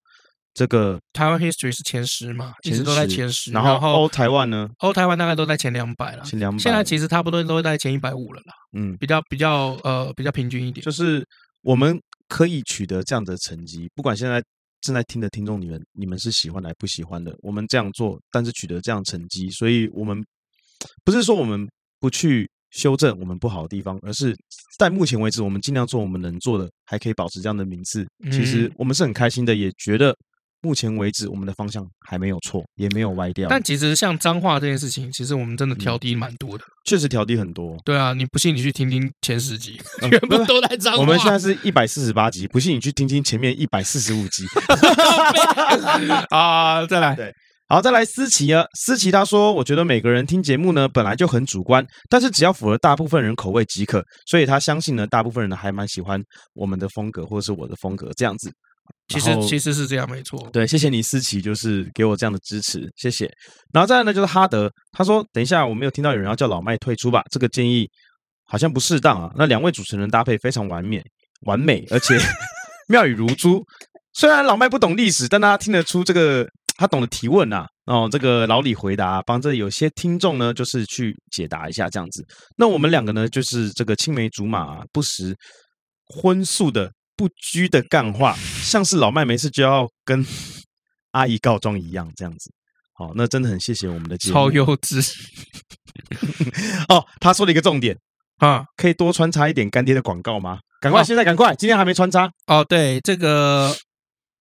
C: 这个，
B: 台湾 history 是前十嘛，一直
C: 前
B: 都在
C: 十
B: 前十，
C: 然
B: 然
C: 后
B: 后
C: 欧台湾呢
B: 欧台湾大概都在前两百了，
C: 前两百，
B: 现在其实差不多都在前一百五了啦，
C: 嗯，
B: 比较比较呃比较平均一点。
C: 就是我们可以取得这样的成绩，不管现在正在听的听众你们，你们是喜欢来不喜欢的，我们这样做，但是取得这样成绩，所以我们不是说我们不去修正我们不好的地方，而是在目前为止，我们尽量做我们能做的，还可以保持这样的名次。其实
B: 嗯
C: 我们是很开心的，也觉得目前为止我们的方向还没有错，也没有歪掉。
B: 但其实像脏话这件事情，其实我们真的
C: 嗯
B: 挑低蛮多的。
C: 确实调低很多。嗯
B: 对啊，你不信你去听听前十集，全部都在脏话。
C: 我们现在是一百四十八集，不信你去听听前面一百四十五集。
B: 啊，再来，
C: 好，再来思琪啊，思琪她说，我觉得每个人听节目呢本来就很主观，但是只要符合大部分人口味即可，所以她相信呢，大部分人呢还蛮喜欢我们的风格或者是我的风格这样子。
B: 其
C: 然
B: 实
C: 后
B: 其实是这样，没错。
C: 对，谢谢你思琪，就是给我这样的支持，谢谢。然后再来呢，就是哈德，他说等一下我没有听到有人要叫老麦退出吧，这个建议好像不适当啊。那两位主持人搭配非常完美，完美，而且 *laughs* 妙语如珠。虽然老麦不懂历史，但他听得出这个，他懂得提问啊。哦，这个老李回答，啊帮这有些听众呢，就是去解答一下这样子。那我们两个呢，就是这个青梅竹马、啊，不时荤素的不拘的干话，像是老麦没事就要跟阿姨告状一样，这样子。好，那真的很谢谢我们的节目
B: 超优 *laughs* 质
C: 哦。他说了一个重点，
B: 啊！
C: 可以多穿插一点干爹的广告吗？赶快，
B: 哦
C: 现在赶快，今天还没穿插。
B: 哦，对，这个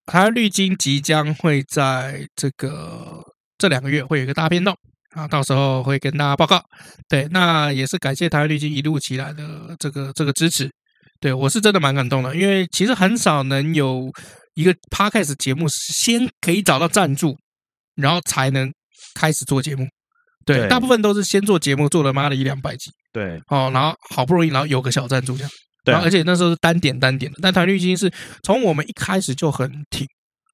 B: 台湾绿金即将会在这个这两个月会有一个大变动啊，到时候会跟大家报告。对，那也是感谢台湾绿金一路起来的这个这个支持。对我是真的蛮感动的，因为其实很少能有一个 podcast 节目是先可以找到赞助，然后才能开始做节目。对，
C: 对
B: 大部分都是先做节目，做了妈的一两百集
C: 对
B: 哦，然后好不容易，然后有个小赞助这样。
C: 对啊
B: 然后而，呃且那时候是单点单点的，但台湾绿金是从我们一开始就很挺，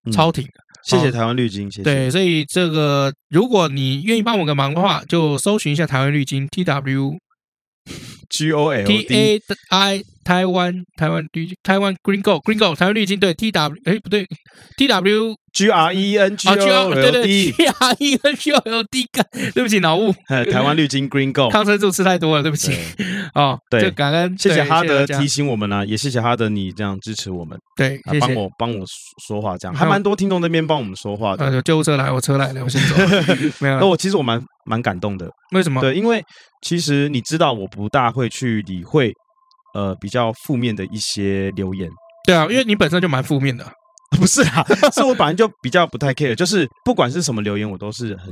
C: 嗯
B: 超挺的。
C: 谢谢台湾绿金，谢谢。
B: 对，所以这个如果你愿意帮我个忙的话，就搜寻一下台湾绿金 T W
C: ，G O L
B: T
C: D，
B: A I 台湾台湾绿金台湾 Green Go Green Go 台湾绿金对 T W 哎不对 T W
C: G R E N G
B: 啊 G
C: O
B: R 对
C: L
B: 对
C: *laughs* D，
B: T R E N G O L D 干对不起脑雾，
C: 嘿台湾绿金 Green Go。
B: 抗生素吃太多了，对不起
C: 对
B: 哦，
C: 对
B: 就感恩
C: 谢谢
B: 对
C: 哈德
B: 大家
C: 提醒我们啊，也谢谢哈德你这样支持我们，
B: 对
C: 啊
B: 谢
C: 帮
B: 谢。
C: 我帮我说话这样，
B: 还
C: 还
B: 有
C: 蛮多听众那边帮我们说话的。
B: 呃，有救护车来，我车来了，我先走了。
C: *laughs*
B: 没有
C: 那
B: 了，
C: 我其实我蛮蛮感动的，
B: 为什么？
C: 对，因为其实你知道，我不大会去理会呃比较负面的一些留言， *laughs*
B: 对啊，因为你本身就蛮负面的。
C: 不是
B: *laughs*
C: 啊，是我本来就比较不太 care，就是不管是什么留言，我都是很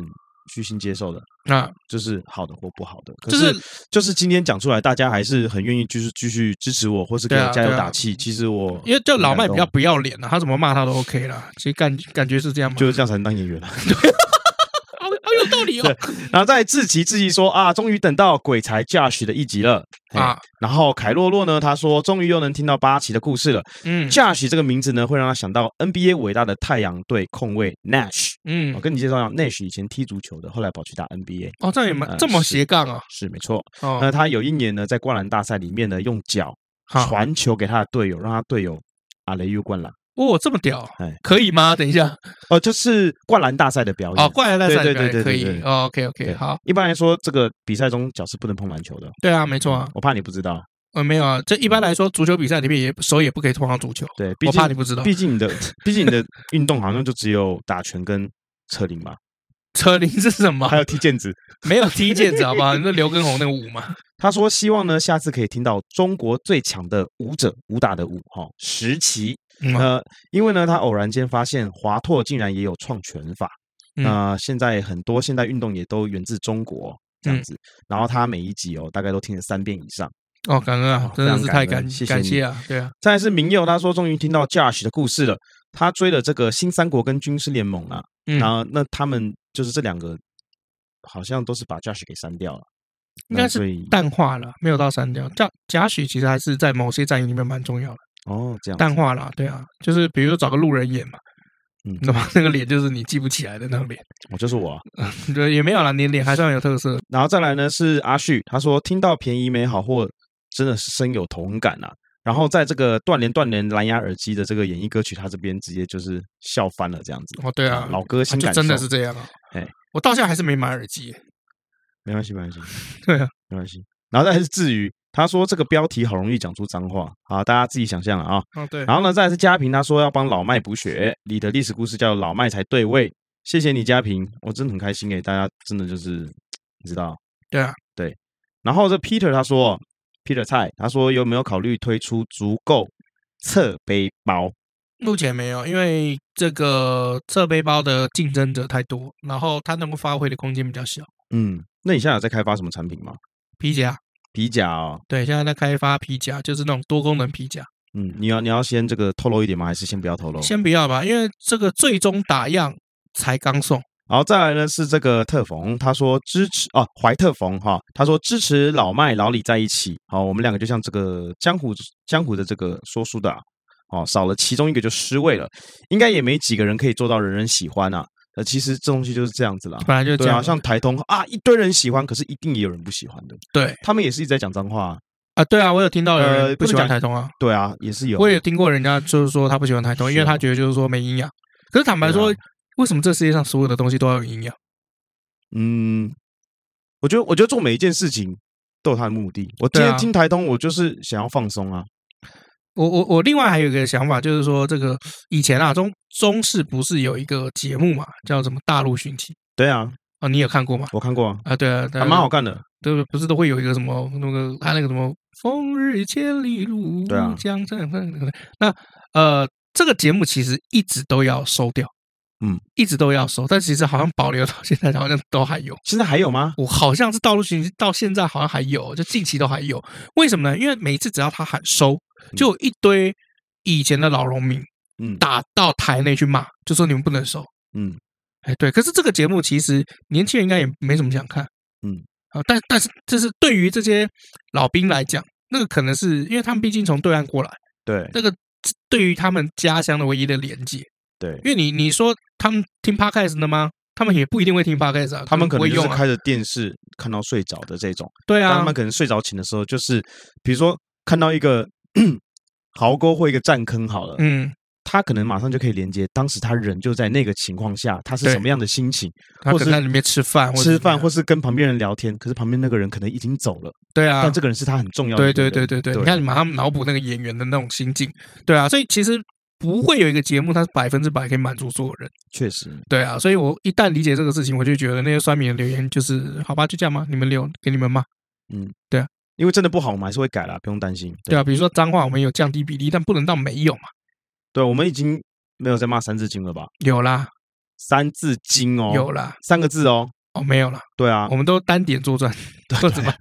C: 虚心接受的，
B: 啊，
C: 就是好的或不好的。可
B: 就是是
C: 就是今天讲出来，大家还是很愿意就是继续支持我，或是给
B: 对
C: 我
B: 啊
C: 加油
B: 对啊
C: 打气。其实我
B: 因为就老麦比较
C: 很感动
B: 不要脸了、啊他怎么骂他都 OK 啦。其实感感觉是这样嘛，
C: 就是这样才能当演员啊。 *laughs*
B: 好好有道理哦。
C: 然后再志奇志奇说啊，终于等到鬼才 Josh 的一集了啊
B: 啊。
C: 然后凯洛洛呢，他说终于又能听到八奇的故事了。
B: 嗯
C: Josh 这个名字呢，会让他想到 NBA 伟大的太阳队控卫 Nash。我、
B: 嗯，
C: 跟你介绍一下，Nash 以前踢足球的，后来跑去打 NBA，
B: 哦，这样也蛮、
C: 呃
B: 这么
C: 是呃
B: 斜杠啊。
C: 是没错。那
B: 哦，
C: 他有一年呢，在灌篮大赛里面呢，用脚
B: 好，
C: 传球给他的队友，让他队友阿雷又灌篮。
B: 哇、哦这么屌
C: 哎，
B: 可以吗？等一下，
C: 哦、就是灌篮大赛的表演。
B: 哦，怪来赛
C: 对对
B: 表演
C: 对对
B: 可
C: 对
B: 以。
C: 对
B: 哦，OK
C: 对
B: OK，好，
C: 一般来说，这个比赛中脚是不能碰篮球的。
B: 对啊，没错啊。
C: 我怕你不知道。
B: 呃，没有啊，这一般来说足球比赛里面也手也不可以碰到足球，
C: 对，毕
B: 我
C: 竟
B: 怕你不知道。
C: 毕竟你的，毕竟你的运动好像就只有打拳跟扯铃嘛，
B: 扯铃是什么
C: 还？有踢毽子。
B: *laughs* 没有踢毽子好不好？那刘畊宏那个舞嘛。
C: 他说希望呢，下次可以听到中国最强的舞者武打的舞哈、哦，石奇。
B: 嗯
C: *laughs*
B: 啊
C: 呃，因为呢，他偶然间发现华拓竟然也有创拳法。
B: 嗯
C: 那、现在很多现代运动也都源自中国这样
B: 嗯
C: 子。然后他每一集哦，大概都听了三遍以上。
B: 哦，感恩啊
C: 哦，
B: 真的
C: 非常
B: 是太
C: 感
B: 感
C: 恩谢谢
B: 感
C: 你
B: 谢啊，对啊，
C: 再来是明佑，他说终于听到 Josh 的故事了。他追了这个新三国跟军事联盟啊，
B: 嗯
C: 然，后那他们就是这两个好像都是把 Josh 给删掉了，
B: 应该
C: 那
B: 是
C: 所以
B: 淡化了，没有到删掉。这样贾诩其实还是在某些战役里面蛮重要的，
C: 哦这样子
B: 淡化了，对啊，就是比如说找个路人演嘛，
C: 嗯
B: 那么 *laughs* 那个脸就是你记不起来的那个脸，
C: 我就是我啊、
B: 对，也没有啦，你脸还算有特色，啊
C: 然后再来呢是阿旭，他说听到便宜没好货，真的是深有同感啊。然后在这个断联断联蓝牙耳机的这个演绎歌曲，他这边直接就是笑翻了这样子。
B: 哦，对啊，
C: 老歌
B: 啊
C: 新
B: 就
C: 感
B: 真的
C: 受
B: 是这样啊
C: 哎。
B: 我到现在还是没买耳机，
C: 没关系，没关系，
B: 对啊，
C: 没关系。然后再来是至于他说这个标题好容易讲出脏话，好，大家自己想象了啊。
B: 哦，对，
C: 然后呢，再来是嘉平，他说要帮老麦补血，你的历史故事叫老麦才对味，欸谢谢你嘉平，我真的很开心诶、大家真的就是你知道，
B: 对啊，
C: 对。然后这 Peter 他说，Peter 蔡他说有没有考虑推出足够侧背包？
B: 目前没有，因为这个侧背包的竞争者太多，然后它能够发挥的空间比较小。
C: 嗯，那你现在有在开发什么产品吗？
B: 皮夹，
C: 皮夹、哦，
B: 对，现在在开发皮夹，就是那种多功能皮夹。
C: 嗯，你要你要先这个透露一点吗？还是先不要透露？
B: 先不要吧，因为这个最终打样才刚送。
C: 然后再来呢是这个特冯，他说支持啊怀特冯哈，他说支持老麦老李在一起，好，我们两个就像这个江湖江湖的这个说书的啊哦，少了其中一个就失位了，应该也没几个人可以做到人人喜欢啊。呃，其实这东西就是这样子啦，
B: 本来就这
C: 对啊，
B: 样，
C: 像台通啊，一堆人喜欢，可是一定也有人不喜欢的，
B: 对
C: 他们也是一直在讲脏话啊，
B: 啊，对啊，我有听到有人
C: 呃
B: 不喜
C: 不能讲
B: 欢台通啊，
C: 对啊，也是有，
B: 我也听过人家就是说他不喜欢台通，
C: 是啊
B: 因为他觉得就是说没营养。可是坦白说
C: 对啊，
B: 为什么这世界上所有的东西都要有营养？
C: 嗯，我觉得我觉得做每一件事情都有它的目的。我今
B: 对
C: 天
B: 啊
C: 听台通，我就是想要放松啊，
B: 我我我另外还有一个想法，就是说这个以前啊中中视不是有一个节目嘛，叫什么《大陆寻奇》
C: 对啊，
B: 啊，你有看过吗？
C: 我看过啊，
B: 啊，对啊，对啊
C: 还蛮好看的。
B: 对，不是都会有一个什么那个他那个什么“风日千里路
C: 对啊，
B: 江山恨”那呃，这个节目其实一直都要收掉，
C: 嗯，
B: 一直都要收，但其实好像保留到现在，好像都还有。
C: 现在还有吗？
B: 我好像是道路巡到现在好像还有，就近期都还有。为什么呢？因为每次只要他喊收，就有一堆以前的老农民
C: 嗯
B: 打到台内去骂，就说你们不能收。
C: 嗯，
B: 哎，对，可是这个节目其实年轻人应该也没什么想看，
C: 嗯，
B: 啊，但但是这是对于这些老兵来讲，那个可能是因为他们毕竟从对岸过来，
C: 对
B: 那个是对于他们家乡的唯一的连接，
C: 对，
B: 因为你你说他们听 podcast 的吗？他们也不一定会听 podcast 啊，
C: 他们可
B: 不
C: 能
B: 会
C: 就
B: 用
C: 是
B: 啊，
C: 开着电视看到睡着的这种，
B: 对
C: 但
B: 啊
C: 他们，可能睡着寝的时候，就是比如说看到一个 *clears throat* 壕沟或一个战坑好了，
B: 嗯，
C: 他可能马上就可以连接当时他人就在那个情况下，他是
B: 对
C: 什么样的心情，
B: 他
C: 或
B: 可
C: 是
B: 能在里面吃饭，
C: 吃饭或
B: 是
C: 是跟旁边人聊天，可是旁边那个人可能已经走了。
B: 对啊，
C: 但这个人是他很重要的
B: 对
C: 一个
B: 对
C: 人。
B: 对对对，你看你马上脑补那个演员的那种心境，对啊，所以其实不会有一个节目它是百分之百可以满足所有人。
C: 确实，
B: 对啊，所以我一旦理解这个事情，我就觉得那些酸民的留言就是好吧，就这样嘛，你们留给你们嘛。
C: 因为真的不好，我们还是会改啦，不用担心。
B: 对啊，比如说脏话，我们有降低比例，但不能到没有嘛。
C: 对，我们已经没有在骂《三字经》了吧？
B: 有啦，
C: 《三字经》哦，
B: 有啦，
C: 三个字哦。
B: 哦没有啦，
C: 对啊
B: 我，们都单点作
C: *laughs*
B: 战，或者吧，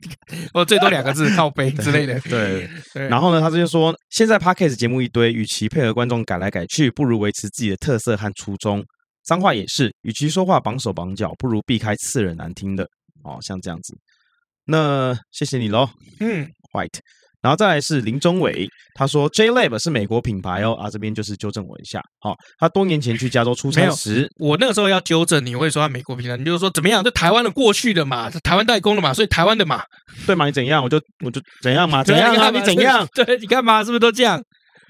B: 我最多两个字靠背之类的。 *laughs*
C: 对。
B: 对，
C: 然后呢，他就说，现在 podcast 节目一堆，与其配合观众改来改去，不如维持自己的特色和初衷。脏话也是，与其说话绑手绑脚，不如避开刺耳难听的。哦，像这样子。那谢谢你喽。
B: 嗯，
C: White。然后再来是林中伟，他说 J Lab 是美国品牌哦，啊，这边就是纠正我一下，好、他多年前去加州出
B: 没
C: 差
B: 有
C: 时，
B: 我那个时候要纠正你，我会说他美国平台，你就说怎么样，就台湾的过去的嘛，台湾代工的嘛，所以台湾的嘛，
C: 对嘛，你怎样，我就我就怎样嘛，怎样啊，
B: 看
C: 你
B: 嘛
C: 怎样，？
B: *laughs* 对，你看嘛，是不是都这样？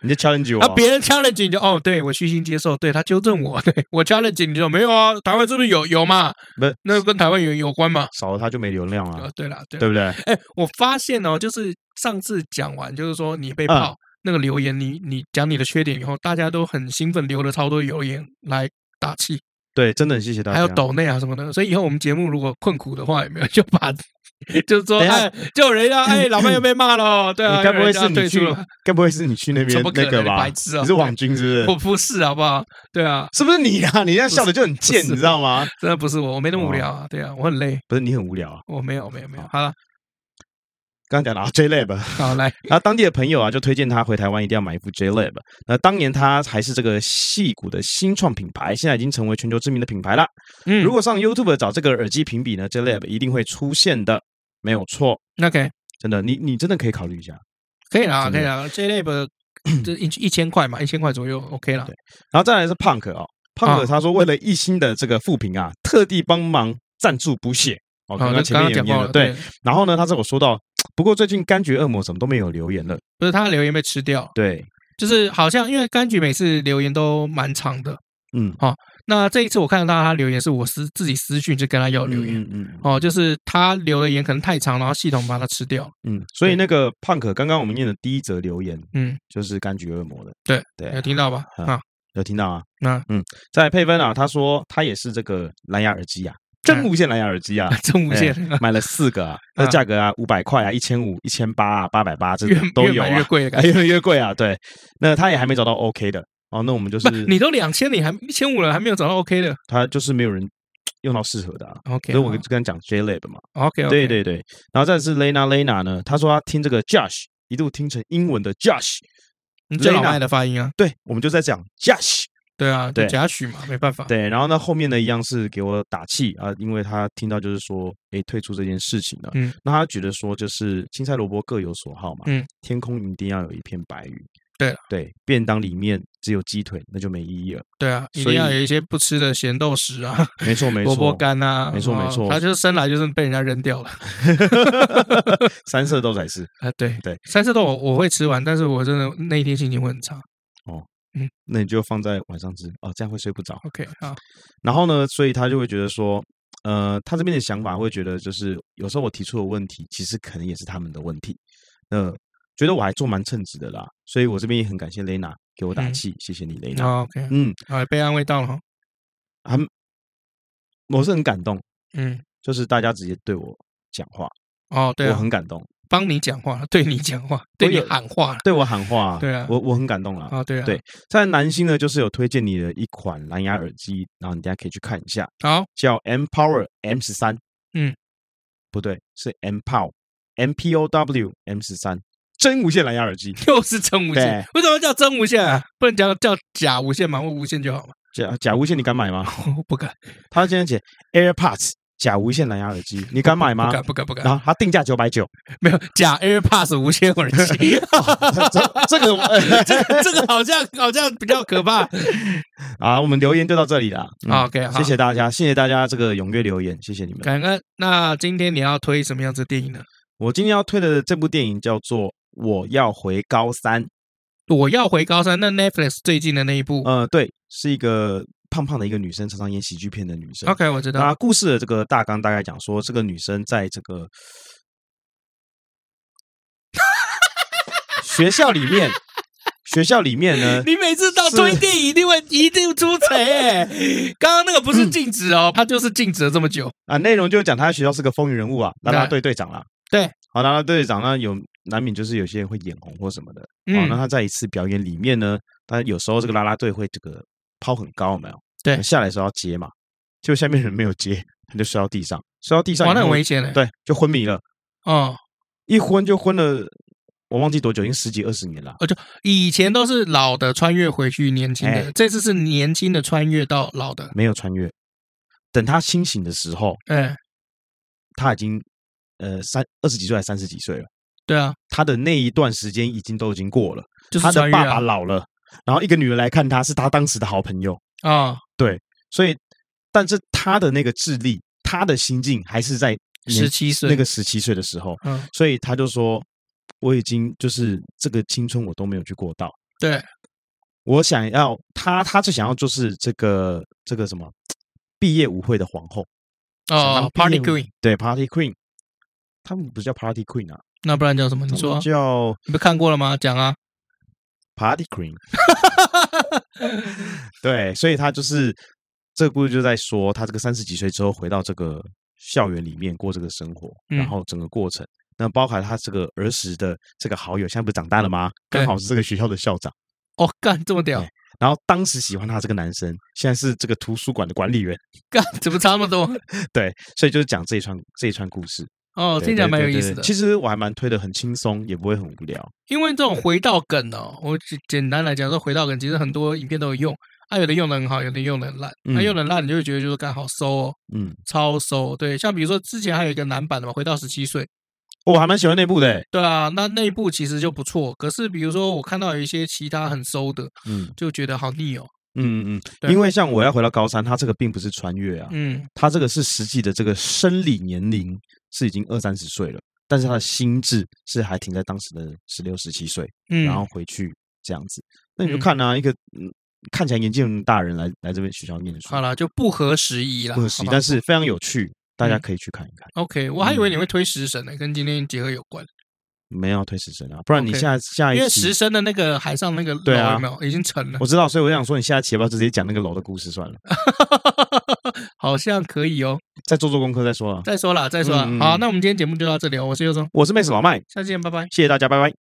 C: 你就 challenge 我、
B: 啊，别人 challenge 你就哦，对我虚心接受，对他纠正我，对我 challenge 你就没有啊，台湾是不是有有嘛？
C: 不是
B: 那跟台湾有有关嘛？
C: 少了他就没流量了
B: 啊，，对啦，对
C: 对
B: 啦。
C: 不对？
B: 哎，我发现哦，就是上次讲完，就是说你被
C: 嗯
B: 泡、那个留言，你你讲你的缺点以后，大家都很兴奋，留了超多留言来打气，
C: 对，真的很谢谢大家。
B: 还有抖内啊什么的。所以以后我们节目如果困苦的话，有没有就把 *laughs* 就是说
C: 等一下
B: 哎，就有人要哎，老妹又被骂了，对啊，
C: 你该不
B: 有
C: 会
B: 人要
C: 是你
B: 退
C: 去
B: 出了？，
C: 该不会是你去那边
B: 怎么可
C: 那
B: 能
C: 个吧
B: 白？痴啊
C: 你是网军是不是？
B: 我不是好不好？对啊，
C: 是不是你啊？你这样笑的就很贱，
B: 不是
C: 你知道吗？
B: 真的不是我，我没那么无聊啊。对啊，我很累，
C: 不是你很无聊啊。
B: 我没有，没有，没有。
C: 哦好
B: 好了，
C: 刚刚讲到啊 J Lab， *laughs*
B: 好来，
C: 然后当地的朋友啊，就推荐他回台湾一定要买一副 J Lab。那当年他还是这个戏骨的新创品牌，现在已经成为全球知名的品牌啦。
B: 嗯，
C: 如果上 YouTube 找这个耳机评比呢，J Lab 一定会出现的，没有错。
B: 那可以，
C: 真的，你你真的可以考虑一下。
B: 可以啦，
C: 真的
B: 可以啦。J Lab
C: *clears throat*
B: 这一一千块嘛，一千块左右，OK 啦。
C: 然后再来是 Punk 哦，Punk
B: 啊
C: 他说为了一星的这个复评啊，特地帮忙赞助补血。哦，
B: 好，
C: 刚
B: 那
C: 刚前
B: 刚
C: 面
B: 刚
C: 也
B: 讲
C: 念
B: 过
C: 了，
B: 了，
C: 对。，然后呢，他这有说到，不过最近柑橘恶魔怎么都没有留言了。
B: 不是他的留言被吃掉，
C: 对，
B: 就是好像因为柑橘每次留言都蛮长的。
C: 嗯，
B: 那这一次我看到他留言，是我私自己私讯去跟他要留言。
C: 嗯嗯
B: 哦，就是他留的言可能太长，然后系统把它吃掉了。
C: 嗯，所以那个 Punk 刚刚我们念的第一则留言
B: 嗯，
C: 就是柑橘恶魔的，
B: 对有
C: 对，
B: 听到吧？
C: 啊
B: 啊，
C: 有听到啊。
B: 那
C: 在配分啊，他说他也是这个蓝牙耳机啊，
B: 哎
C: 真无线蓝牙耳机
B: *laughs*
C: 啊，
B: 真无线
C: 哎买了四个啊，那价格啊五百块啊，一千五、一千八啊，八百八这
B: 越
C: 种都
B: 越
C: 有
B: 买越
C: 啊，
B: 贵的感
C: 哎
B: 觉。
C: 越来越贵啊，对，那他也还没找到 OK 的哦，那我们就
B: 不，
C: 是
B: 你都两千，你还一千五了，还没有找到 OK 的。
C: 他就是没有人用到适合的啊，
B: OK，
C: 所以我
B: 好
C: 就跟他讲 J Lab 嘛，
B: OK，
C: 对，对对，然后再来是 Lena Lena 呢，她说她听这个 Josh 一度听成英文的 Josh，
B: 你最老
C: Lena
B: 外的发音啊，
C: 对，我们就在讲 Josh，
B: 对啊，就
C: 对
B: 贾许嘛，没办法。
C: 对，然后呢后面呢一样是给我打气啊，因为他听到就是说，哎，退出这件事情了，
B: 嗯，
C: 那他觉得说就是青菜萝卜各有所好嘛，
B: 嗯，
C: 天空一定要有一片白云，
B: 对了
C: 对，便当里面只有鸡腿那就没意义了，
B: 对啊，一
C: 所
B: 定
C: 以
B: 要有一些不吃的咸豆豉啊，
C: 没错没错，
B: 萝卜干啊，
C: 没错没
B: 哦
C: 错
B: 他就是生来就是被人家
C: *laughs*
B: 扔掉了
C: 三色豆仔是
B: 啊。对
C: 对，
B: 三色豆我我会吃完，但是我真的那一天心情会很差。
C: 那你就放在晚上吃哦，这样会睡不着。
B: OK 啊，
C: 然后呢，所以他就会觉得说，呃，他这边的想法会觉得，就是有时候我提出的问题，其实可能也是他们的问题。那觉得我还做蛮称职的啦，所以我这边也很感谢雷娜给我打
B: 嗯
C: 气，谢谢你，雷娜。
B: 哦 OK，
C: 嗯，
B: 啊，被安慰到了哈。
C: 很，我是很感动，
B: 嗯，
C: 就是大家直接对我讲话，
B: 哦，对
C: 我
B: 啊，
C: 很感动，
B: 帮你讲话，对你讲话，对你
C: 有
B: 喊话了。
C: 对我喊话，
B: 对啊
C: 我我很感动啦。
B: 啊，对啊，
C: 对，在南星呢，就是有推荐你的一款蓝牙耳机，然后你大家可以去看一下，
B: 好，
C: 叫 M Power M 十三，
B: 嗯，
C: 不对，是 M Pow M P O W M 十三真无线蓝牙耳机，
B: 又是真无线
C: 对，
B: 为什么叫真无线啊？不能叫叫假无线嘛，或无线就好嘛。 *laughs*
C: 假假无线你敢买吗？
B: 我不敢，
C: 他今天写 AirPods 假无线蓝牙耳机，你敢买
B: 不
C: 吗？
B: 敢，不敢，不敢
C: 然，后它定价九百
B: *laughs*
C: 九，
B: 没有假 AirPods 无线
C: *laughs*
B: 耳机，
C: 啊这这个
B: 这个这个好像好像比较可怕。
C: 啊，我们留言就到这里啦。嗯
B: 好，OK，好
C: 谢谢大家，谢谢大家这个踊跃留言，谢谢你们。
B: 感恩。那今天你要推什么样子的电影呢？
C: 我今天要推的这部电影叫做《我要回高三》，
B: 我要回高三，那 Netflix 最近的那一部
C: 呃，对，是一个胖胖的一个女生，常常演喜剧片的女生。
B: ，OK，我知道
C: 那。故事的这个大纲大概讲说，这个女生在这个学校里面，学校里面呢，
B: 你每次到推
C: 是
B: 电影一定会一定出锤哎、刚刚那个不是禁止
C: 嗯
B: 哦，它就是禁止了这么久。
C: 啊，内容就讲她学校是个风云人物啊，啦啦队队长啦。
B: 对，
C: 好，啦啦队队长呢，有难免就是有些人会眼红或什么的。好，那
B: 嗯，
C: 她在一次表演里面呢，她有时候这个啦啦队会这个抛很高，有没有？
B: 对
C: 下来的时候要接嘛，结果下面人没有接，她就摔到地上，摔到地上
B: 哇，
C: 以
B: 那很
C: 后
B: 危险嘞、
C: 对，就昏迷了。
B: 哦，
C: 一昏就昏了，我忘记多久，已经十几二十年
B: 呃
C: 了。
B: 以前都是老的穿越回去年轻的，
C: 哎
B: 这次是年轻的穿越到老的。
C: 没有穿越。等他清醒的时候，
B: 哎，
C: 他已经呃三二十几岁还是三十几岁了。
B: 对啊，
C: 他的那一段时间已经都已经过了，
B: 就是
C: 他
B: 穿
C: 的
B: 越
C: 爸爸
B: 啊。
C: 老了，然后一个女儿来看他，是他当时的好朋友，
B: 哦
C: 所以，但是他的那个智力，他的心境还是在年
B: 17岁
C: 那个十七岁的时候，
B: 嗯，
C: 所以他就说，我已经就是这个青春我都没有去过到。
B: 对，
C: 我想要他，他最想要就是这个这个什么毕业舞会的皇后，想
B: 哦
C: 当毕
B: ，Party
C: 业舞
B: Queen，
C: 对 Party Queen，他们不是叫 Party Queen 啊，
B: 那不然叫什么？
C: 他们
B: 你说啊，
C: 叫
B: 你不看过了吗？讲啊。
C: Party
B: *laughs*
C: Queen。对，所以他就是这个故事就在说，他这个三十几岁之后回到这个校园里面过这个生活，
B: 嗯
C: 然后整个过程，那包含他这个儿时的这个好友，现在不是长大了吗？刚
B: 对
C: 好是这个学校的校长，
B: 哦，干这么屌，
C: 然后当时喜欢他这个男生，现在是这个图书馆的管理员，
B: 干怎么差那么
C: *laughs*
B: 多？
C: 对，所以就是讲这一串这一串故事。
B: 哦，
C: 对
B: 听起来
C: 对
B: 蛮有
C: 对
B: 意
C: 对
B: 思
C: 对
B: 的。
C: 其实我还蛮推的，很轻松，也不会很无聊。
B: 因为这种回到梗哦，我只简单来讲说回到梗，其实很多影片都有用，啊，有的用的很好，有的用的很烂，那、
C: 嗯
B: 用的烂你就会觉得就是干好收哦，
C: 嗯，
B: 超收。对，像比如说之前还有一个男版的嘛，回到十七岁，
C: 我还蛮喜欢那部的欸。
B: 对啊，那那一部其实就不错。可是比如说我看到有一些其他很收的，
C: 嗯
B: 就觉得好腻哦。
C: 嗯嗯
B: 对
C: 嗯，因为像我要回到高三，他这个并不是穿越啊，
B: 嗯，
C: 他这个是实际的这个生理年龄是已经二三十岁了，但是他的心智是还停在当时的十六十七岁，
B: 嗯
C: 然后回去这样子。那你就
B: 嗯
C: 看啊，一个嗯看起来年纪很大的人来来这边学校念书
B: 好，啦，就不合时宜啦，
C: 不合时宜，
B: 好吧
C: 但是非常有趣，大家
B: 嗯
C: 可以去看一看。
B: OK，我还以为你
C: 嗯
B: 会推食神呢，跟今天结合有关，
C: 没有推死神啊，不然你
B: OK
C: 下下
B: 因
C: 一
B: 为
C: 期
B: 食神的那个海上那个楼
C: 对啊
B: *laughs* 有没有已经沉了
C: 我？知道，所以我想说，你下一期要不要直接讲那个楼的故事算了？
B: 好像可以哦。
C: 再做做功课再说啊。
B: 再说了，再说了。
C: 嗯嗯嗯
B: 好，那我们今天节目就到这里哦。我是佑宗，
C: 我是妹子老麦，
B: 下次见，拜拜。
C: 谢谢大家，拜拜。